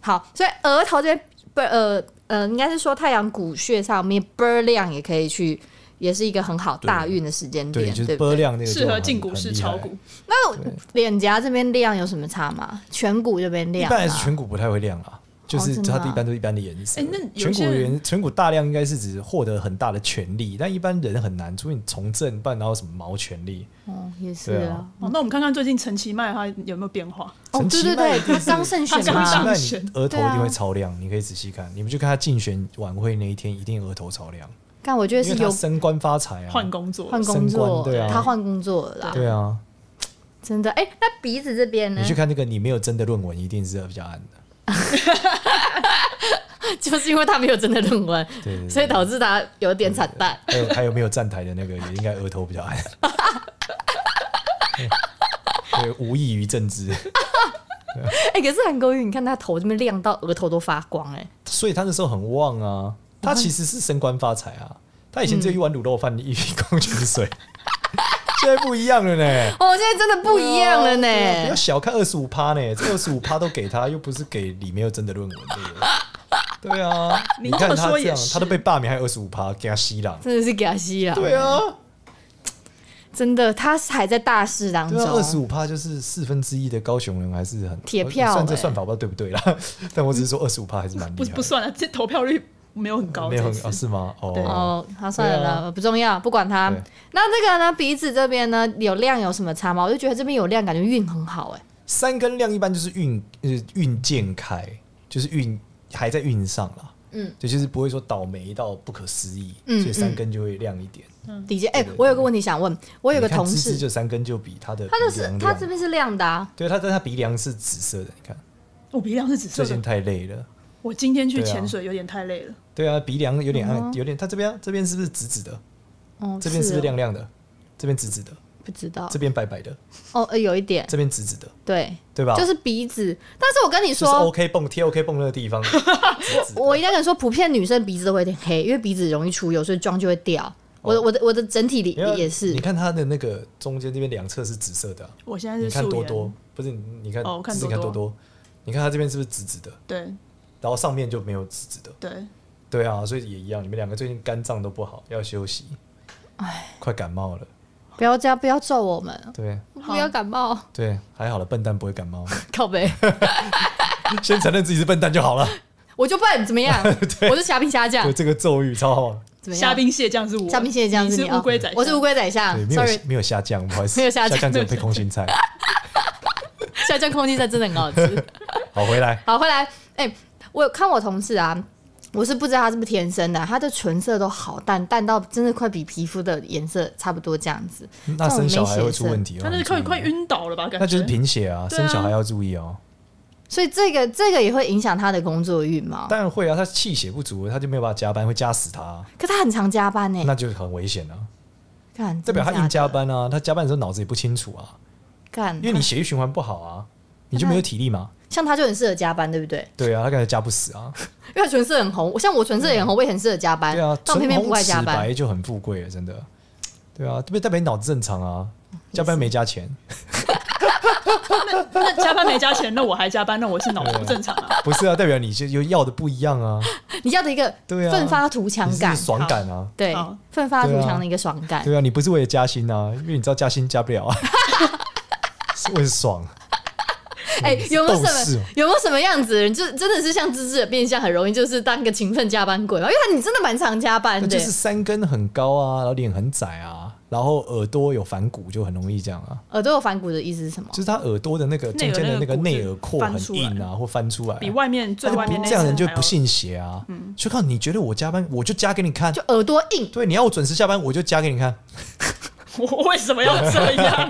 A: 好，所以额头这边不呃呃，应该是说太阳骨穴上面倍儿亮也可以去，也是一个很好大运的时间点，
C: 对，就是
A: 不
C: 波量那个就
B: 适合
C: 很
B: 进股市炒。股。
A: 那脸颊这边亮有什么差吗？颧骨这边
C: 很厉害一
A: 亮、
C: 般来
A: 啊，
C: 说颧骨不太会亮啊，就是
A: 真的
C: 它
A: 啊
C: 一般都是一般的颜色。
B: 诶哎那有
C: 颧
B: 些
C: 骨
B: 人
C: 颜颧骨大量应该是指获得很大的权利，但一般人很难，除非你从政，不然哪有什么毛权利？
A: 哦，也是
C: 对
A: 啊
C: 啊。
B: 哦，那我们看看最近陈其迈他有没有变化？
A: 哦，对对对，他刚胜选
B: 他刚
A: 嘛
B: 上，
C: 那你
B: 选
C: 额头
A: 对
C: 一
A: 啊
C: 定会超亮，你可以仔细看，你们去看他竞选晚会那一天，一定额头超亮，
A: 但我觉得
C: 因
A: 是
C: 为他
A: 有
C: 升官发财啊，
B: 换工作，
A: 换工
C: 升
A: 作
C: 官，对啊
A: 他换工作了啦，
C: 对啊，
A: 真的。哎、那鼻子这边呢
C: 你去？看那个你没有真的论文，一定是比较暗的，
A: 就是因为他没有真的论文，
C: 对对对
A: 所以导致他有点惨淡。
C: 还有还有没有站台的那个，也应该额头 比较暗。对，无异于政治，
A: 哎、可是韩国瑜，你看他头这边亮到额头都发光、哎，
C: 所以他那时候很旺啊，他其实是升官发财啊，他以前只有一碗卤肉饭，一瓶矿泉水，现在不一样 了呢。
A: 哦，现在真的不一样了呢、
C: 不要小看二十五趴呢，这二十五趴都给他，又不是给里面有真的论文的人。对啊，你
B: 您
C: 看
B: 这么
C: 他
B: 说
C: 这
B: 也
C: 样，
B: 是
C: 他都被罢免，还有二十五趴给他吸了。
A: 真的是给他吸了，
C: 对啊，
A: 真的，他还在大事当
C: 对
A: 中。
C: 啊，二十五趴就是四分之一的高雄人，还是很呃
A: 铁票
C: 我算这
A: 欸
C: 算法不知道对不对啦， 但我只是说二十五趴还是蛮厉
B: 不
C: 害的，
B: 不算啊了，这投票率没有很高，
C: 没有
B: 这
C: 很
B: 次
C: 啊是吗？
B: 对
C: 哦，
A: 哦，好，算了
C: 对啊
A: 啦，不重要，不管他
C: 对。
A: 那这个呢，鼻子这边呢有亮有什么差吗？我就觉得这边有亮，感觉运很好哎、
C: 三根亮一般就是运呃运渐开，就是运还在运上啦。
A: 嗯，
C: 对，就是不会说倒霉到不可思议，
A: 嗯
C: 所以三根就会亮一点。
A: 底下哎
C: 对对，
A: 我有个问题想问，我有个
C: 你看
A: 同
C: 芝芝
A: 事，
C: 就三根就比他的
A: 他的
C: 鼻
A: 是
C: 梁
A: 他
C: 亮
A: 这边是亮的啊，
C: 对，他但他鼻梁是紫色的，你看
B: 我鼻梁是紫色
C: 最近
B: 的。
C: 太累了。
B: 我今天去
C: 对啊
B: 潜水有点太累了，
C: 对啊，鼻梁有点暗，有点他这边啊这边是不是紫紫的？
A: 哦，
C: 这边是不
A: 哦
C: 是亮亮的？这边紫紫的，
A: 不知道
C: 这边白白的，
A: 哦，呃有一点
C: 这边直直的，
A: 对，
C: 对吧？
A: 就是鼻子。但是我跟你
C: 就是
A: 说，
C: OK 泵贴 OK 泵那个地方，
A: 我应该跟你说，普遍女生鼻子都会有点黑，因为鼻子容易出油，所以妆就会掉。我的我的我的整体里
C: 哦没有
A: 也是
C: 你，看它的那个中间这边两侧是紫色的啊、
B: 我现在
C: 你
B: 是
C: 看
B: 素
C: 多
B: 颜，
C: 多，不是你你看，
B: 哦我看
C: 仔细
B: 多
C: 看
B: 多
C: 多多，你看它这边是不是直直的？
B: 对
C: 然后上面就没有直直的，
B: 对，
C: 对啊，所以也一样。你们两个最近肝脏都不好，要休息。快感冒了，
A: 不要这样，不要揍我
B: 哦
A: 们，
C: 对
A: 不要感冒，
C: 对，还好了， 笨蛋不会感冒。
A: 靠背，
C: 先承认自己是笨蛋就 好了。
A: 我就笨，怎么样？我是虾兵虾将
B: 啊
C: 对，，这个咒语超好，
A: 怎么样？
B: 虾兵蟹将是我，
A: 啊虾兵蟹将
B: 你
A: 是
B: 是
A: 你
B: 乌
A: 哦
B: 龟仔，
A: 我是乌龟宰相
C: 对，没 有
A: ，sorry，
C: 没有下降，不好意思，
A: 没有下降
C: 只有配空心 菜。
A: 下降空气菜真的很好 吃。
C: 好，回来，
A: 好，回来，哎、我有看我同事啊，我是不知道他是不是天生的啊，他的唇色都好淡，淡到真的快比皮肤的颜色差不多这样子。
C: 那生小孩会出问题哦。
B: 他那是快快晕倒了吧？感觉
C: 那就是贫血啊，
B: 对啊
C: 生小孩要注意哦。
A: 所以这个这个也会影响他的工作运
B: 哦
A: 嘛？
C: 当然会啊，他气血不足，他就没有办法加班，会加死他啊，
A: 可他很常加班
B: 哎
A: 呢、
C: 那就很危险啊。
A: 干
C: 代表他硬
A: 真
C: 加，
A: 的假的
C: 班啊，他加班的时候脑子也不清楚啊，
A: 干，
C: 因为你血液循环不好啊，你就没有体力嘛。
A: 像他就很适合加班，对不对？
C: 对啊，他感觉加不死啊。
A: 因为他唇色很红，像我唇色也很红，我也很适合加班，
C: 对啊，
A: 但我偏偏
C: 唇
A: 不
C: 红
A: 爱
C: 齿
A: 加班。
C: 白就很富贵了，真的。对啊，这边代表你脑子正常啊，加班没加钱，
B: 那加班没加钱，那我还加班，那我是脑子不正常啊！
C: 不是啊，代表你就又要的不一样啊，
A: 你要的一个
C: 对啊
A: 奋发图强
C: 你是
A: 感，
C: 爽感啊。
A: 对
B: 好，
A: 奋发图
C: 对啊
A: 强的一个爽感。
C: 对啊，你不是为了加薪啊，因为你知道加薪加 不了啊，是为了爽。
A: 哎、有 没有
C: 斗
A: 什
C: 士
A: 么
C: 哦
A: 有没有什么样子的人，就真的是像芝芝的变相，很容易就是当个勤奋加班鬼嘛？因为他你真的蛮常加班
C: 那
A: 的，
C: 就是三根很高啊，然后脸很窄啊，然后耳朵有反骨，就很容易这样啊。
A: 耳朵有反骨的意思是什么
C: 就？是他耳朵的那个中间的那个内耳廓很硬啊，或翻出来啊、
B: 比外面最
C: 那就
B: 外面
C: 不
B: 那
C: 这样
B: 层
C: 人就
B: 还要
C: 不。信邪啊。就靠你觉得我加班，我就加给你看
A: 就。耳朵硬，
C: 对，你要我准时下班，我就加给你看。
B: 我为什么要这 样？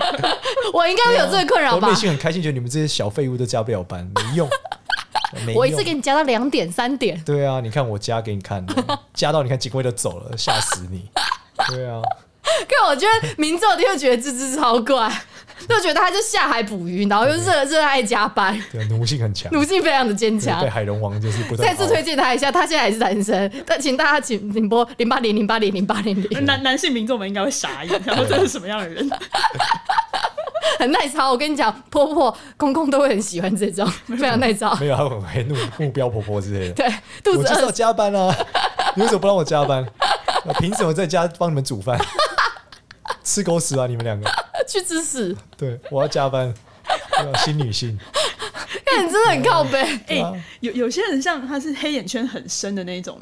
A: 我应该会有这个困扰
C: 我
A: 吧
C: 内？心很开心，觉得你们这些小废物都加不了班，没用，没用。
A: 我一次给你加到两点三点，
C: 对啊，你看我加给你看，加到你看警卫都走了，吓死你。对啊，
A: 可我觉得民众就会觉得芝芝超怪，就觉得他就下海捕鱼，然后又热热爱加班，
C: 对啊，奴性很强，
A: 奴性非常的坚
C: 对
A: 强
C: 被。海龙王就是不断
A: 再次
C: 熬
A: 推荐他一下，他现在还是单身，但请大家请请拨零八零零八零零八零零，
B: 男男性民众们应该会傻眼，然后这是什么样的人？ 哎
A: 很耐操。我跟你讲，婆婆公公都会很喜欢这 种，非常耐操。
C: 没有，他很会怒目标婆婆之 类的。
A: 对，肚子
C: 我就是要
A: 饿，
C: 加班啊！ 你为什么不让我加班？我凭什么在家帮你们煮饭？ 吃狗屎啊！你们两个，
A: 去吃 屎，
C: 对我要加班，对啊新女性，
A: 看你真的很靠背。
B: 哎、
C: 啊
B: 有有些人像他是黑眼圈很深的那一种，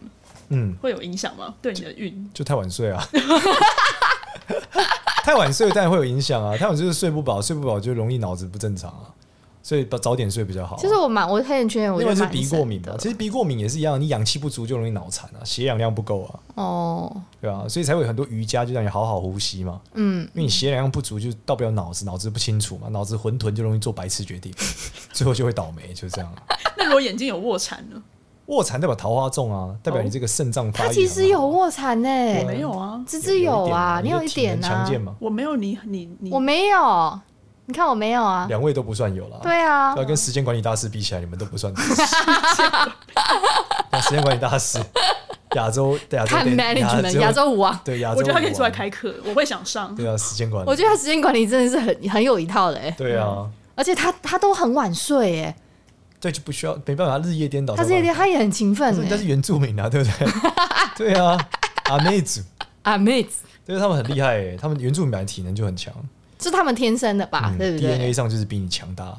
C: 嗯，
B: 会有影响吗？对你的运？
C: 就太晚睡啊。 太晚睡当然会有影响啊，太晚睡就是睡不饱，睡不饱就容易脑子不正常啊，所以早点睡比较好、啊。
A: 其实我蛮我黑眼圈，我
C: 另
A: 就
C: 外是
A: 蛮
C: 鼻
A: 深
C: 过敏嘛
A: 的，
C: 其实鼻过敏也是一样，你氧气不足就容易脑残啊，血氧量不够啊，
A: 哦，
C: 对啊，所以才会有很多瑜伽就让你好好呼吸嘛。
A: 嗯，
C: 因为你血氧量不足，就到不了脑子，脑子不清楚嘛，脑子混沌就容易做白痴决定， 最后就会倒霉，就是这样。
B: 那如果眼睛有卧蚕呢？
C: 卧蚕代表桃花重啊，代表你这个肾脏发育。啊
A: 他哦其实有，卧蚕呢，
B: 我没有啊，
A: 芝芝有啊，你
C: 有
A: 有一
C: 体能
A: 点
C: 强
A: 啊，
C: 健嘛，
B: 我没有你你你
A: 我没有，你看我没有啊，
C: 两位都不算有啦。
A: 对啊
C: 对，啊，跟时间管理大师比起来，你们都不算。 啊那时间管理 大师，亚洲亚洲
A: 看 management 亚洲舞啊，
C: 对亚洲，
B: 我觉得他可以出来。开课，我会想上。
C: 对啊，时间管理，
A: 我觉得他时间管理真的是很很有一套的欸，
C: 对啊，
A: 而且他他都很晚睡哎，
C: 对就不需要没办法日夜颠倒。
A: 他这一天他也很勤奋
C: 但是
A: 哎，
C: 原住民啊，对不 对？对啊，阿妹族。
A: 啊妹子，
C: 对，他们很厉害、欸，他们原住民本来体能就很强、嗯
A: 是他们天生的吧，啊对不
C: d n a
A: 对？
C: 上就是比你强大，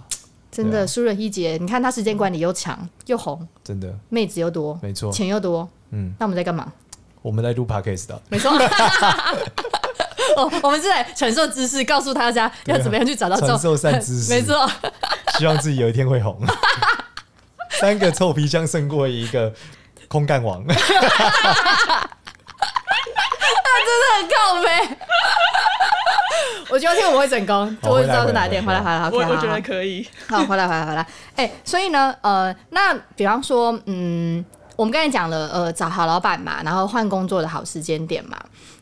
A: 真
C: 对
A: 的
C: 啊
A: 输人一截，你看他时间管理又强又红，
C: 真的。
A: 妹子又多，
C: 没错
A: 钱又多，
C: 嗯，
A: 那我们在干 嘛？
C: 我们来录 podcast 的，啊
A: 没错。我我们是来传授知识，告诉大家
C: 对啊
A: 要怎么样去找到这种
C: 传授善知识
A: 没错，
C: 希望自己有一天会红。 三个臭皮匠胜过一个空干王，
A: 真的很靠 背。我觉得今天我会成功，
C: 好
A: 我就知道是哪一点。回
C: 回
A: 来，
C: 来
A: 回来，回
B: 我
A: 来
B: 我觉得可以，
A: 好，回来，回来，回来。哎、所以呢，呃，那比方说，嗯，我们刚才讲了，呃，找好老板嘛，然后换工作的好时间点嘛。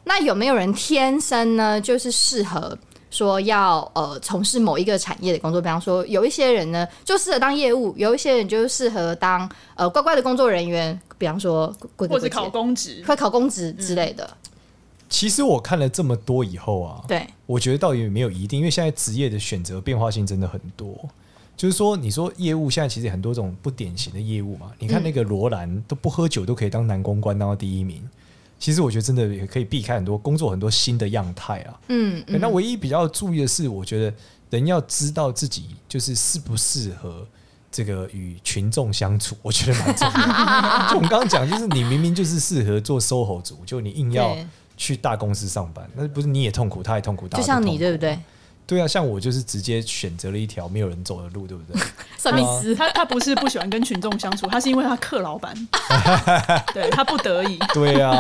A: 那有没有人天生呢，就是适合说要呃从事某一个产业的工作，比方说有一些人呢就适合当业务，有一些人就适合当呃乖乖的工作人员，比方说贵
B: 或
A: 贵
B: 者
A: 贵
B: 考
A: 姐，
B: 公职，
A: 会考嗯公职之类的。
C: 其实我看了这么多以后啊，
A: 对，
C: 我觉得倒也没有一定，因为现在职业的选择变化性真的很多。就是说，你说业务现在其实很多种不典型的业务嘛，你
A: 嗯
C: 看那个罗兰都不喝酒都可以当男公关当到第一名，其实我觉得真的也可以避开很多工作很多新的样态啊。
A: 嗯，
C: 欸那唯一比较注意的是，我觉得人要知道自己就是适不适合这个与群众相处，我觉得蛮重要 的。就我们刚刚讲，就是你明明就是适合做 SOHO 族，就你硬要
A: 对
C: 去大公司上班，那不是你也痛苦，他也痛苦，大
A: 就
C: 家
A: 像
C: 都痛
A: 你
C: 苦
A: 对不？对？
C: 对啊，像我就是直接选择了一条没有人走的路，对不对？
A: 算命师，
B: 他他不是不喜欢跟群众相处，他是因为他克老 板，对他不得已，
C: 对啊，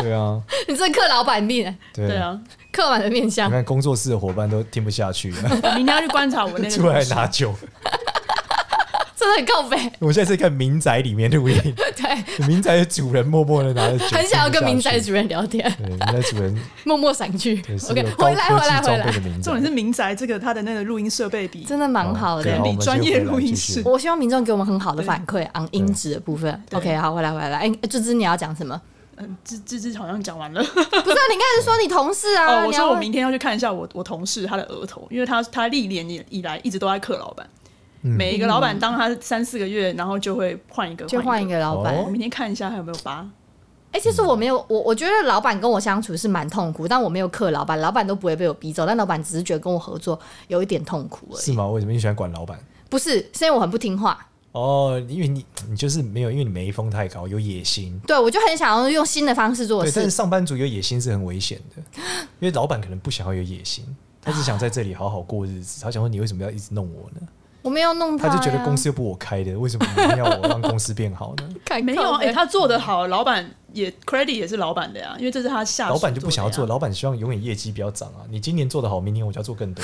C: 对啊，
A: 你这克老板命，
C: 对
B: 对。啊，
A: 克老板的面相
C: 你。看工作室的伙伴都听不下去 了，
B: 我明天要去观察我那个
C: 出来
B: 同事
C: 拿酒。
A: 真的很靠北，
C: 我现在是看民宅里面录音，
A: 对，
C: 民宅的主人默默的拿着酒，
A: 很想要跟
C: 听
A: 民
C: 不下去
A: 宅主任聊天，
C: 对，那主人
A: 默默闪去
C: 也。是
A: OK，
C: 有高
A: 回来回
C: 科技
A: 来
C: 装
A: 回
C: 备的
A: 来，
C: 名字
B: 重。点是民宅这个他的那个录音设备比
A: 真的蛮好
C: 哦对啊
A: 的
C: 好。我
B: 比
C: 们
B: 专业
C: 先回来
B: 录音
C: 继续
B: 室
A: 我希望民众给我们很好的反馈啊昂音质的部分。
B: 对
A: OK，好，回来回来，哎，这支你要讲什 么？
B: 嗯，这这这好像讲完
A: 不
B: 了。
A: 是啊，你刚才说你同事啊，
B: 哦，我
A: 你要
B: 说我明天要去看一下我我同事他的额头，因为他他历年以以来一直都在克老板，
C: 嗯
B: 每一个老板当他三四个月，然后就会换一个，
A: 嗯就换一
B: 个。
A: 个老板
C: 哦
B: 我。明天看一下还有没有疤，
A: 哎，其实我没有，我我觉得老板跟我相处是蛮痛苦，但我没有克老板，老板都不会被我逼走，但老板只是觉得跟我合作有一点痛苦而
C: 是
A: 已。
C: 吗？为什么你喜欢管老板？
A: 不是，是因为我很不听话。
C: 哦，因为你你就是没有，因为你眉峰太高，有野心。
A: 对，我就很想要用新的方式做
C: 对，但
A: 事
C: 是。上班族有野心是很危险的，因为老板可能不想要有野心，他只想在这里好好过日子。他想说你为什么要一直弄我呢？
A: 我没有弄啊
C: 他就觉得
A: 呀
C: 公司又不我开的，为什么你一定要我让公司变好呢？
A: 看
B: 没有
A: 靠
B: 啊？哎、
A: 北
B: 他做的好，老板也 credit 也是老板的呀，因为这是他下属
C: 老板就不想要做，
B: 的呀
C: 老板希望永远业绩不要涨啊！你今年做得好，明年我就要做更多。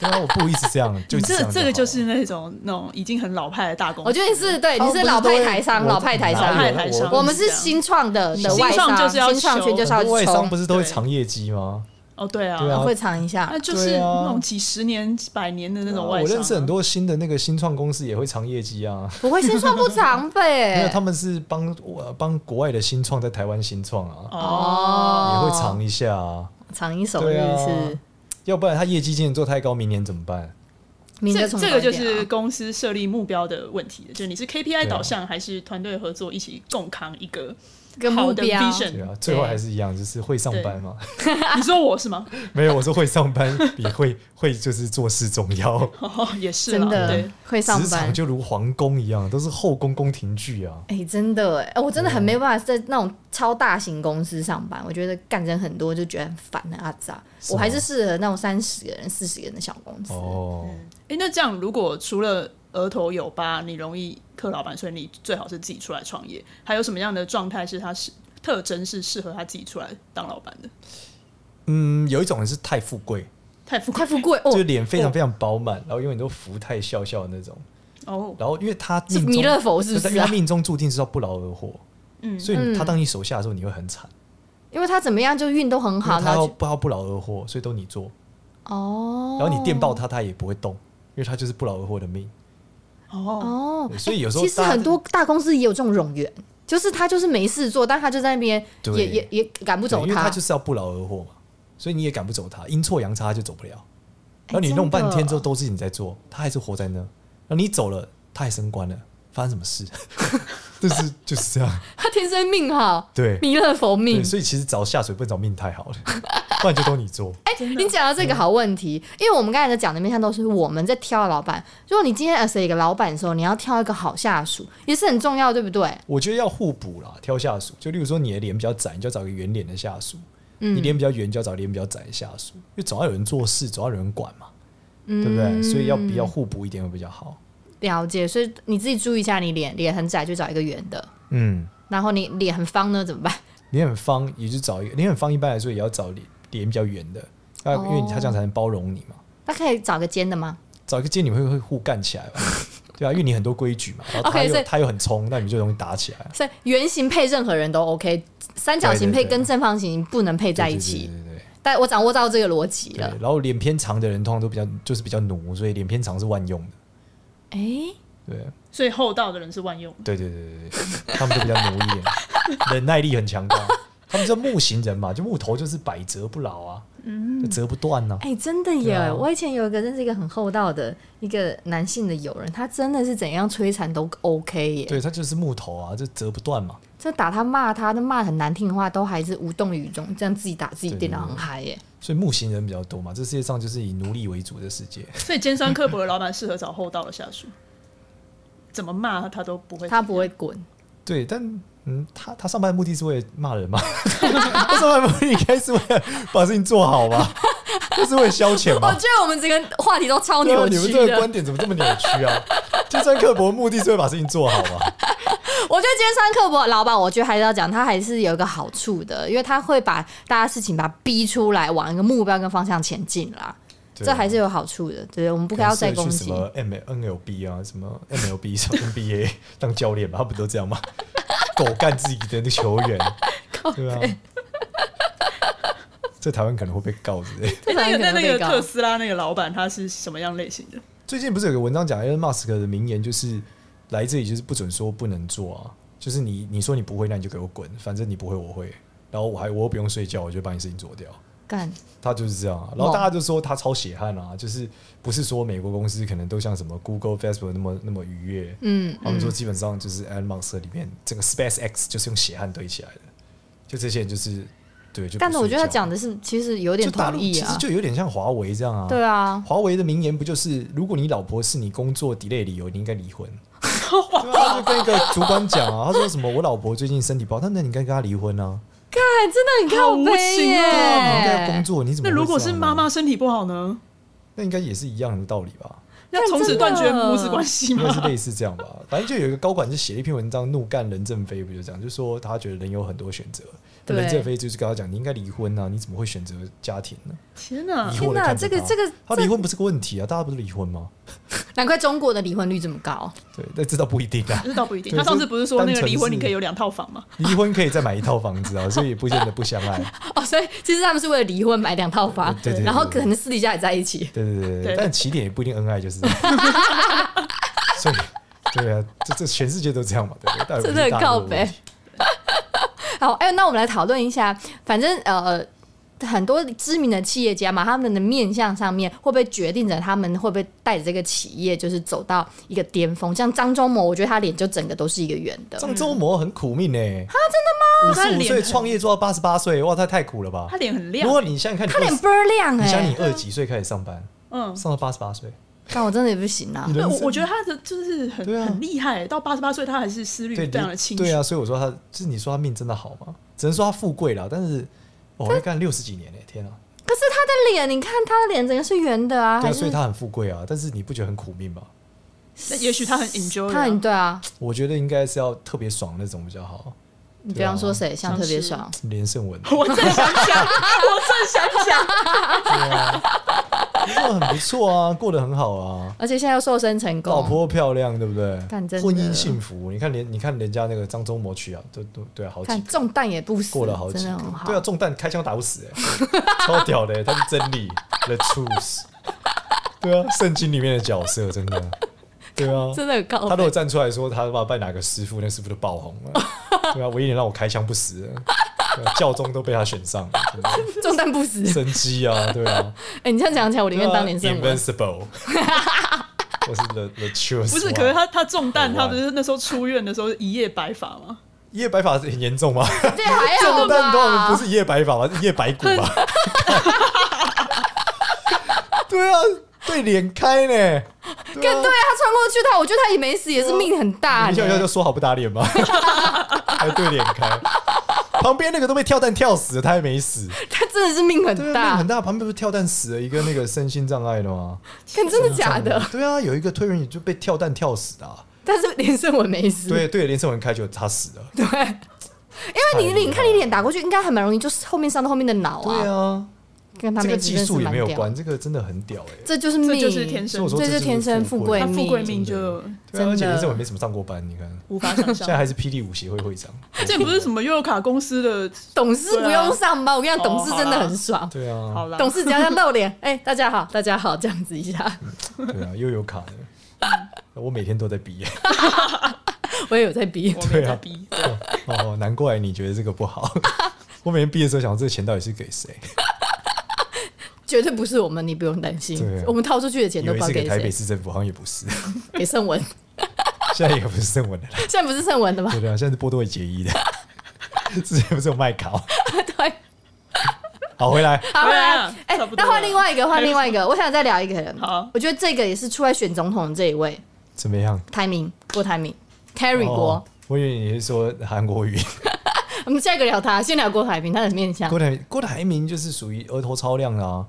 C: 对啊，我不一直这样，就一直
B: 这
C: 样
B: 这个
C: 好
B: 就
C: 了
B: 是那种那种已经很老派的大公司，
A: 我觉得你是对，哎你
C: 哦
A: 是老
C: 不是
A: 派
C: 都会
A: 台商，
C: 我
A: 老派台
C: 哪
A: 商
C: 有。
B: 老派台商
A: 我们是新创的的
B: 新
A: 外
B: 创
A: 商，
B: 就是要
A: 新创圈
B: 求
A: 就是
C: 很
A: 要
C: 多外商不
A: 冲，
C: 是都会
B: 对
C: 藏业绩吗？
B: 哦，对啊，
C: 对啊
A: 会尝一下
B: 那。就是
C: 对啊哦
B: 那种几十年、几百年的那种外
C: 我
B: 商啊、
C: 认识很多新的那个新创公司也会藏业绩啊，
A: 不会新创不长
C: 因为
A: 呗
C: 他？们是帮我帮国外的新创在台湾新创啊，
B: 哦，
C: 也会藏一下啊，
A: 尝一手，
C: 对
A: 是
C: 啊
A: 不是？
C: 要不然他业绩今年做太高，明年怎么办？
A: 名字
B: 这
A: 重
B: 这个
A: 高
B: 就
A: 一点啊
B: 是公司设立目标的问题，就是你是 KPI
C: 啊
B: 导向还是团队合作一起共扛一个
A: 跟
B: 好
A: 目
B: 的
A: 标
B: vision
C: 对啊，啊最后还是一样，就是会上班嘛。
B: 你说我是吗？
C: 没有，我说会上班比会 会就是做事重要。
B: 哦，也是啦
A: 真的
B: 对，
A: 会上
C: 职场
A: 班。
C: 就如皇宫一样，都是后宫宫廷剧啊。
A: 哎、真的哎、哎我真的很没办法在那种超大型公司上班，我觉得干人很多就觉得很烦很阿杂。
C: 是
A: 我
C: 吗
A: 还是适合那种三十个人、四十个人的小公司。
C: 哦，
A: 嗯
B: 哎，那这样如果除了额头有疤，你容易克老板，所以你最好是自己出来创业。还有什么样的状态是他是特征是适合他自己出来当老板的？
C: 嗯，有一种人是太富贵，
B: 太富
A: 太
B: 贵
A: 富贵
C: 就
A: 哦
C: 是，脸非常非常饱满，然后永远都福态笑笑的那种。
B: 哦，
C: 然后因为他
A: 是
C: 命中
A: 弥勒佛是不
C: 因
A: 是
C: 为他
A: 啊？
C: 命中注定是要不劳而获，
B: 嗯
C: 所以你
A: 嗯
C: 他当你手下的时候，你会很惨，
A: 因为他怎么样就运都很
C: 因
A: 嗯好，然
C: 为他
A: 后
C: 要
A: 就
C: 不他不劳而获，所以都你做，
A: 哦，
C: 然后你电报他，他也不会动，因为他就是不劳而获的命。
B: 哦，
A: 哦
C: 对，所以有时候
A: 其实
C: 大家
A: 很多大公司也有这种冗员，就是他就是没事做，但他就在那边
C: 对
A: 也也也赶不
C: 不
A: 走
C: 因为他就是要不劳而获嘛，所以你也赶不走他，阴错阳差他就走不了。
A: 哎
C: 然后你弄半天之后都是你在做，他还是活在那。然后你走了，他还升官了，发生什么事？ 就是 就是这样，
A: 他天生命好，
C: 对
A: 弥勒佛命
C: 对，。所以其实找下水不能找命太好了，不然就都你做。
A: 哎、你讲到这个好问题，因为我们刚才在讲的面向都是我们在挑老板。如果你今天 as 一个老板的时候，你要挑一个好下属，也是很重要，对不对？
C: 我觉得要互补啦，挑下属。就例如说你的脸比较窄，你就要找个圆脸的下属；
A: 嗯
C: 你脸比较圆，就要找脸比较窄的下属。因为总要有人做事，总要有人管嘛，对不
A: 嗯
C: 对？所以要比较互补一点会比较好。
A: 了解，所以你自己注意一下，你脸脸很窄就找一个圆的，
C: 嗯，
A: 然后你脸很方呢怎么办？
C: 脸很方，也就找一个脸很方，一般来说也要找脸脸比较圆的，啊，因为
A: 哦
C: 他这样才能包容你嘛。
A: 那可以找个尖的吗？
C: 找一个尖你会会互干起来吧？ 对啊，因为你很多规矩嘛，然后他
A: OK，
C: 又
A: 所以
C: 他又很冲，那你就容易打起来。啊
A: 所以圆形配任何人都 OK，三角形
C: 对对
A: 配
C: 对
A: 跟正方形不能配在一起。
C: 对对对对对，
A: 但我掌握到这个逻辑
C: 对
A: 了。，
C: 然后脸偏长的人通常都比较就是比较奴，所以脸偏长是万用的。
A: 哎、
C: 对，
B: 所以厚道的人是万 用的。
C: 对对对对对， 他们都比较奴一点，忍耐力很强大。他们叫木型人嘛，就木头就是百折不挠啊，就折不断呐、啊。
A: 哎、真的耶！
C: 对啊
A: 我以前有一个认识一个很厚道的一个男性的友人，他真的是怎样摧残都 OK 耶。
C: 对，它就是木头啊，就折不断嘛。
A: 这打他骂他，那骂很难听的话，都还是无动于衷，这样自己打自己
C: 对
A: 电脑
C: 对对
A: 很嗨耶。
C: 所以木型人比较多嘛，这世界上就是以奴隶为主的世界。
B: 所以尖酸刻薄的老板适合找厚道的下属，怎么骂他都不会。
A: 他不会滚，
C: 对，但嗯，他他上班的目的是为了骂人嘛？他上班的目的应该是为了把事情做好吧？就是为了消 遣
A: 我
C: 嘛
A: 觉？得我们这个话题都超
C: 对啊，
A: 扭
C: 你们
A: 曲
C: 这个
A: 的。
C: 观点怎么这么扭曲 啊？尖酸刻薄的目的是为了把事情做好嘛？
A: 我觉得今天上刻薄的老板，我觉得还是要讲，他还是有一个好处的，因为他会把大家事情把它逼出来，往一个目标跟方向前进啦。
C: 对 啊
A: 这还是有好处的，对，我们不
C: 可
A: 该
C: 能
A: 要再
C: 适合
A: 攻
C: 去
A: 击
C: 什。么 M NLB 啊，什么 MLB 什么 NBA 当教练吧，他不都这样吗？ 狗干自己的那个球员， 对 啊，在台湾可能会被告之类的。
A: 这
B: 哎
A: 反而
B: 那个
A: 可
B: 那
A: 能
B: 那
A: 被
B: 个
A: 告
B: 特斯拉那个老板他是什么样类型的？
C: 最近不是有个文章讲 Elon Musk 的名言，就是来这里就是不准说不能做啊，就是你你说你不会，那你就给我滚，反正你不会我会，然后我还我又不用睡觉，我就把你事情做掉。
A: 干，
C: 他就是这样、啊，然后大家就说他超血汗啊，
A: 嗯
C: 就是不是说美国公司可能都像什么 Google、Facebook 那么那么愉悦，
A: 嗯，
C: 他们说基本上就是 Elon Musk 里面整个 SpaceX 就是用血汗堆起来的，就这些人就是对，就
A: 但是我觉得他讲
C: 的
A: 的是，其实有
C: 有
A: 点
C: 大陆
A: 同意
C: 其实
A: 啊，
C: 就有点像华为这样啊，
A: 对啊，
C: 华为的名言不就是，如果你老婆是你工作 delay 理由，你应该离婚。对啊，他就跟一个主管讲啊，他说什么我老婆最近身体不好，但那你应该跟她离婚啊。
A: 干，真的很
B: 好
A: 靠
B: 无
A: 背
B: 情哦
A: 耶。
C: 对啊，你应该要工作，你怎么
B: 那
C: 会这样啊？
B: 如果是妈妈身体不好呢？
C: 那应该也是一样的道理吧？
B: 要从此断绝母子关系
C: 应该
B: 吗
C: 是？类似这样吧。 反正就有一个高管就写了一篇文章，怒干任正非，不就这样？就说他觉得人有很多选择，
A: 对
C: 任正非就是跟他讲，你应该离婚啊，你怎么会选择家庭呢？
B: 天哪
C: 疑！
A: 嗯天
C: 惑的
A: 哪
C: 看
A: 这
C: 着
A: 个
C: 他
A: 这个
C: 他
A: 这
C: 离婚不是个问题啊，大家不是离婚吗？
A: 难怪中国的离婚率这么高，
C: 对，但这倒不一定 啊。
B: 这倒不一定。
C: 对
B: 他上次不是说那个离婚你
C: 就是单纯是
B: 可以有两套房吗？
C: 离婚可以再买一套房子啊，所以也不见得不相爱。
A: 哦，所以其实他们是为了离婚买两套房，
C: 对对对对
A: 然后可能私底下也在一起。
C: 对对对对
B: 对
C: 对，但起点也不一定恩爱就是 这样。所以，对啊，这这全世界都这样嘛，对不对？当然不
A: 真
C: 是
A: 的很
C: 大陆
A: 靠
C: 问
A: 北
C: 题。
A: 好，哎、那我们来讨论一下，反正呃。很多知名的企业家嘛，他们的面向上面会不会决定着他们会不会带着这个企业就是走到一个巅峰？像张忠谋，我觉得他脸就整个都是一个圆的。
C: 张周模很苦命呢、啊，真的
B: 他
C: 吗？五十五
B: 脸
C: 岁
B: 很
C: 创业做到八十八岁，哇，他太苦了吧
B: 他？脸很亮
C: 如，果你想想看你
A: 他
C: 二
A: 脸
C: 十，
A: 倍儿亮
C: 你
A: 哎、
C: 想你二十几岁开始上班，
B: 嗯，
C: 上到八十八岁，
A: 但我真的也不行啊
C: 你。
B: 对，
C: 人
B: 我
C: 生
B: 我觉得他的就是很
C: 对啊
B: 很厉害，到八十八岁他还是思虑
C: 对，
B: 非常的
C: 你
B: 清楚
C: 对。啊，所以我说他，就是你说他命真的好吗？只能说他富贵了，但是我要干六十几年呢、天啊！
A: 可是他的脸，你看他的脸整个是圆的啊，
C: 对
A: 还
C: 啊，
A: 是
C: 所以他很富贵啊，但是你不觉得很苦命吗？
B: 那也许他很 enjoy，
A: 他很
B: 啊
A: 对啊。
C: 我觉得应该是要特别爽那种比较好。
A: 你
C: 啊
A: 比方说谁像特别爽？
C: 连胜文，
B: 我正想讲，我正想讲，
C: 啊过得很不错啊，过得很好啊，
A: 而且现在又瘦身成功，
C: 老婆漂亮，对不对
A: 哦干真？的
C: 婚姻幸福，你看连你看人家那个张周谋娶啊，都都对啊，好几
A: 看
C: 个
A: 中弹也不死，
C: 过了好几
A: 真
C: 个
A: 的很，好。
C: 对啊，中弹开枪打不死、欸， 超屌的、欸，他是真理，the truth，对啊，圣经里面的角色真的，对啊，
A: 真的很高。
C: 他如果站出来说他爸拜哪个师傅，那师傅就爆红 了，对啊，唯一能让我开枪不死的，对啊教宗都被他选上了，真 的
A: 中弹不 死。
C: 神机啊，对啊。
A: 哎、你这样讲起来，我宁愿当连胜
C: 对啊
A: 文。
C: Invincible，我是 The The Chosen。
B: 不是，可是他他中弹，
C: 好
B: 他
C: 玩
B: 不是那时候出院的时候一夜白发吗？
C: 一夜白发是很严 重吗？
A: 这还好
C: 中弹通常
A: 吧？
C: 不是一夜白发吧，是一夜白骨吧？ 对啊，对脸开呢。
A: 跟对啊，他穿过去他，我觉得他也没死，也是命很大哎
C: 你想要就
A: 呢。
C: 说好不打 脸吗？还对脸开，旁边那个都被跳弹跳死了，他还没死。
A: 他真的是命
C: 对
A: 很
C: 啊，那个
A: 大
C: 很，大，旁边不是跳弹死了一个那个身心啊障碍的吗？
A: 看真的假的？
C: 对啊，有一个推轮椅就被跳弹跳死的啊。
A: 但是连胜文没死。
C: 对对，连胜文开就他死了。
A: 对，因为你
C: 太厉害
A: 你看你脸打过去，应该还蛮容易，就是后面伤到后面的脑
C: 对
A: 啊。
C: 啊，
A: 跟他
C: 这
A: 们
C: 个
A: 一起
C: 技
A: 认识
C: 术也
A: 蛮
C: 没有
A: 屌
C: 关，这个真的很屌哎、
A: 这就是
B: 这
A: 命，
B: 就是天生
C: 所以我说
A: 这就是
C: 是
A: 天生
C: 富
A: 富
C: 贵
A: 贵
B: 他富贵
A: 命
B: 命就
C: 对啊，而且
A: 真的
C: 人生我也没什么上过班，你看
B: 无法想
C: 现在
B: 象。
C: 还是霹雳舞协会会长，
B: 这也不是什么悠游卡公司的，
A: 董事不用上班，我跟你讲，
B: 哦
A: 董事真的很爽。
C: 对
B: 好
C: 啊，
B: 啦，
A: 董事只要这样露脸， 哎、大家好，大家好，这样子一下，
C: 对啊，又有卡的，
A: 嗯
C: 我每天都在比，
A: 我也有在逼。
B: 我没有
C: 对啊
B: 在逼。
C: 哦，难怪你觉得这个 不好。我每天毕业的时候想，这个钱到底是给谁？
A: 绝对不是我们，你不用担心
C: 对啊。
A: 我们掏出去的钱
C: 以
A: 都不
C: 为
A: 知道
C: 是给
A: 给
C: 台北
A: 谁，
C: 市政府，好像也不是，
A: 给盛文。
C: 现在也不是正文的啦，
A: 现在不是盛文的吗？
C: 对对啊，现在是波多野结衣的， 之前不是有卖卡吗？
A: 对。
C: 好，回来，
A: 好，回
B: 嗯对
A: 来
B: 啊，
A: 哎
B: 差不，多
A: 那
B: 了
A: 换另外一个，换另外一个，我想再聊一个人。
B: 好
A: 我觉得这个也是出来选总统的这一位，
C: 怎么样？
A: 台明郭台铭，Terry
C: 哦
A: 郭。
C: 我以为你是说韩国语。
A: 我们下一个聊他，先聊郭台铭他的面相。
C: 郭台郭台铭就是属于额头超亮的啊，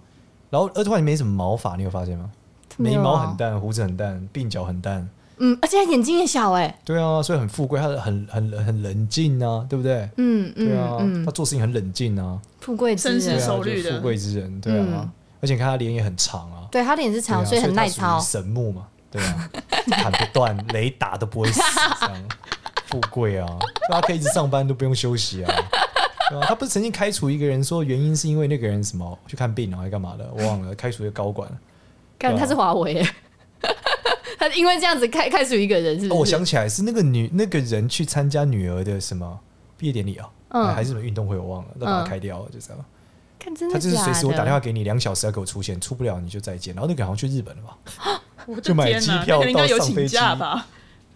C: 然后额头还没什么毛发，你有发现吗？
A: 没
C: 眉
A: 有啊
C: 毛很淡，胡子很淡，鬓角很淡，
A: 嗯，而且他眼睛也小哎。
C: 对啊，所以很富贵，他很很很很冷静啊，对不对？
A: 嗯
C: 对啊
A: 嗯，嗯，
C: 他做事情很冷静啊，
A: 富贵之
B: 绅士
C: 对
A: 人
B: 是。
C: 啊，
B: 熟
C: 就
B: 虑
C: 是
B: 的
C: 富贵之人，对啊
A: 嗯，
C: 而且你看他脸也很长啊，
A: 对他脸是
C: 对啊
A: 长，所以很
C: 他
A: 耐
C: 属于
A: 操。
C: 神木嘛，对啊， 砍不断，雷打都不会死，这样富贵啊，所以他可以一直上班都不用休息啊。对啊，他不是曾经开除一个人，说原因是因为那个人什么去看病啊，还干嘛的，我忘了，开除一个高管。
A: 看
C: 对啊
A: 他是华为欸，他因为这样子开开除一个人，是
C: 哦，
A: 不
C: 我
A: 是？
C: 想起来是那个女那个人去参加女儿的什么毕业典礼啊，
A: 嗯
C: 还是什么运动会，我忘了，那把
A: 嗯
C: 他开掉了，就这样。
A: 看真的
C: 他就是
A: 假
C: 随时我打
A: 的
C: 电话给你，两小时要给我出现，出不了你就再见。然后那个人好像去日本了吧，
B: 我的
C: 就买
B: 天
C: 机
B: 哪，
C: 票
B: 那个应该
C: 到
B: 有
C: 上
B: 请
C: 飞机
B: 假吧？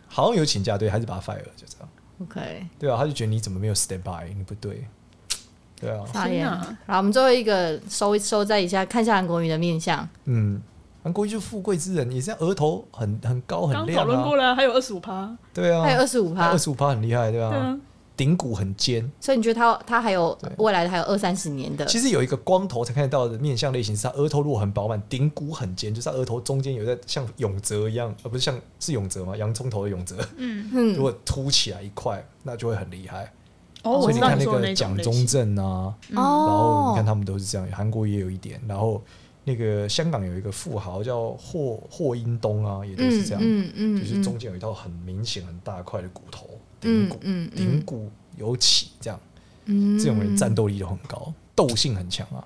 C: 好像有请假，对，还是把他 fire 了，就这样。
A: OK，
C: 对啊，他就觉得你怎么没有 stand by，你不对。对啊，
A: 傻眼。
B: 天哪
A: 好，我们最后一个收一收在一下，看一下韩国瑜的面相。
C: 嗯，韩国瑜就是富贵之人，也是这样额头很很高很
B: 刚讨
C: 亮
B: 论过
C: 啊。
B: 了啊，还有二十五趴，
C: 对啊，
A: 还有二十五趴
C: 二，十五趴很厉害，对
B: 对
C: 啊
B: 啊，，
C: 顶骨很尖。
A: 所以你觉得他他还有
C: 对
A: 未来还有二三十年的？
C: 其实有一个光头才看得到的面相类型是他额头如果很饱满，顶骨很尖，就是他额头中间有在像永泽一样，呃，不是像是永泽吗？洋葱头的永泽，如
A: 嗯
C: 果凸起来一块，那就会很厉害。
B: 哦，
C: 所
B: 我知
C: 以你
B: 道
C: 看
B: 你
C: 那
B: 说的
C: 个
B: 那种
C: 蒋
B: 类
C: 中
B: 型，
C: 正啊，然后
A: 哦
C: 你看他们都是这样，韩国也有一点，然后那个香港有一个富豪叫霍霍英东啊，也都是这样，
A: 嗯嗯
C: 就是中间有一道很明显很大块的骨头顶骨，
A: 嗯嗯
C: 顶骨尤其这样，
A: 嗯
C: 这种人战斗力都很高，斗性很强啊，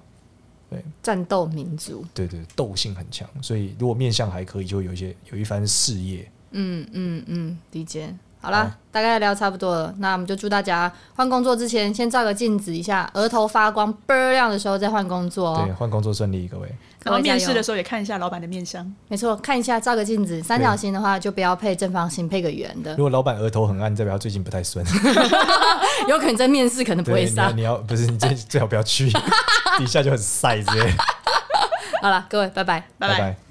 A: 战斗民族，
C: 对对，斗性很强，所以如果面相还可以，就会有一些有一番事业。
A: 嗯嗯嗯，理解。好
C: 好
A: 啦，大概聊差不多了，那我们就祝大家换工作之前先照个镜子一下，额头发光倍儿亮的时候再换工作
C: 对，
A: 哦。
C: 换工作顺利，各位。
B: 然后面试的
A: 候，
B: 时候也看一下老板的面相，
A: 没错，看一下照个镜子，三角形的话就不要配正方形，配个圆的
C: 如，果老板额头很暗，代表他最近不太 顺。
A: 有可能在面试可能不会
C: 对，你要
A: 上。
C: 你要不是 你最最好不要去，底下就很晒之类的。
A: 好了，各位，拜拜。
B: 拜拜。
C: 拜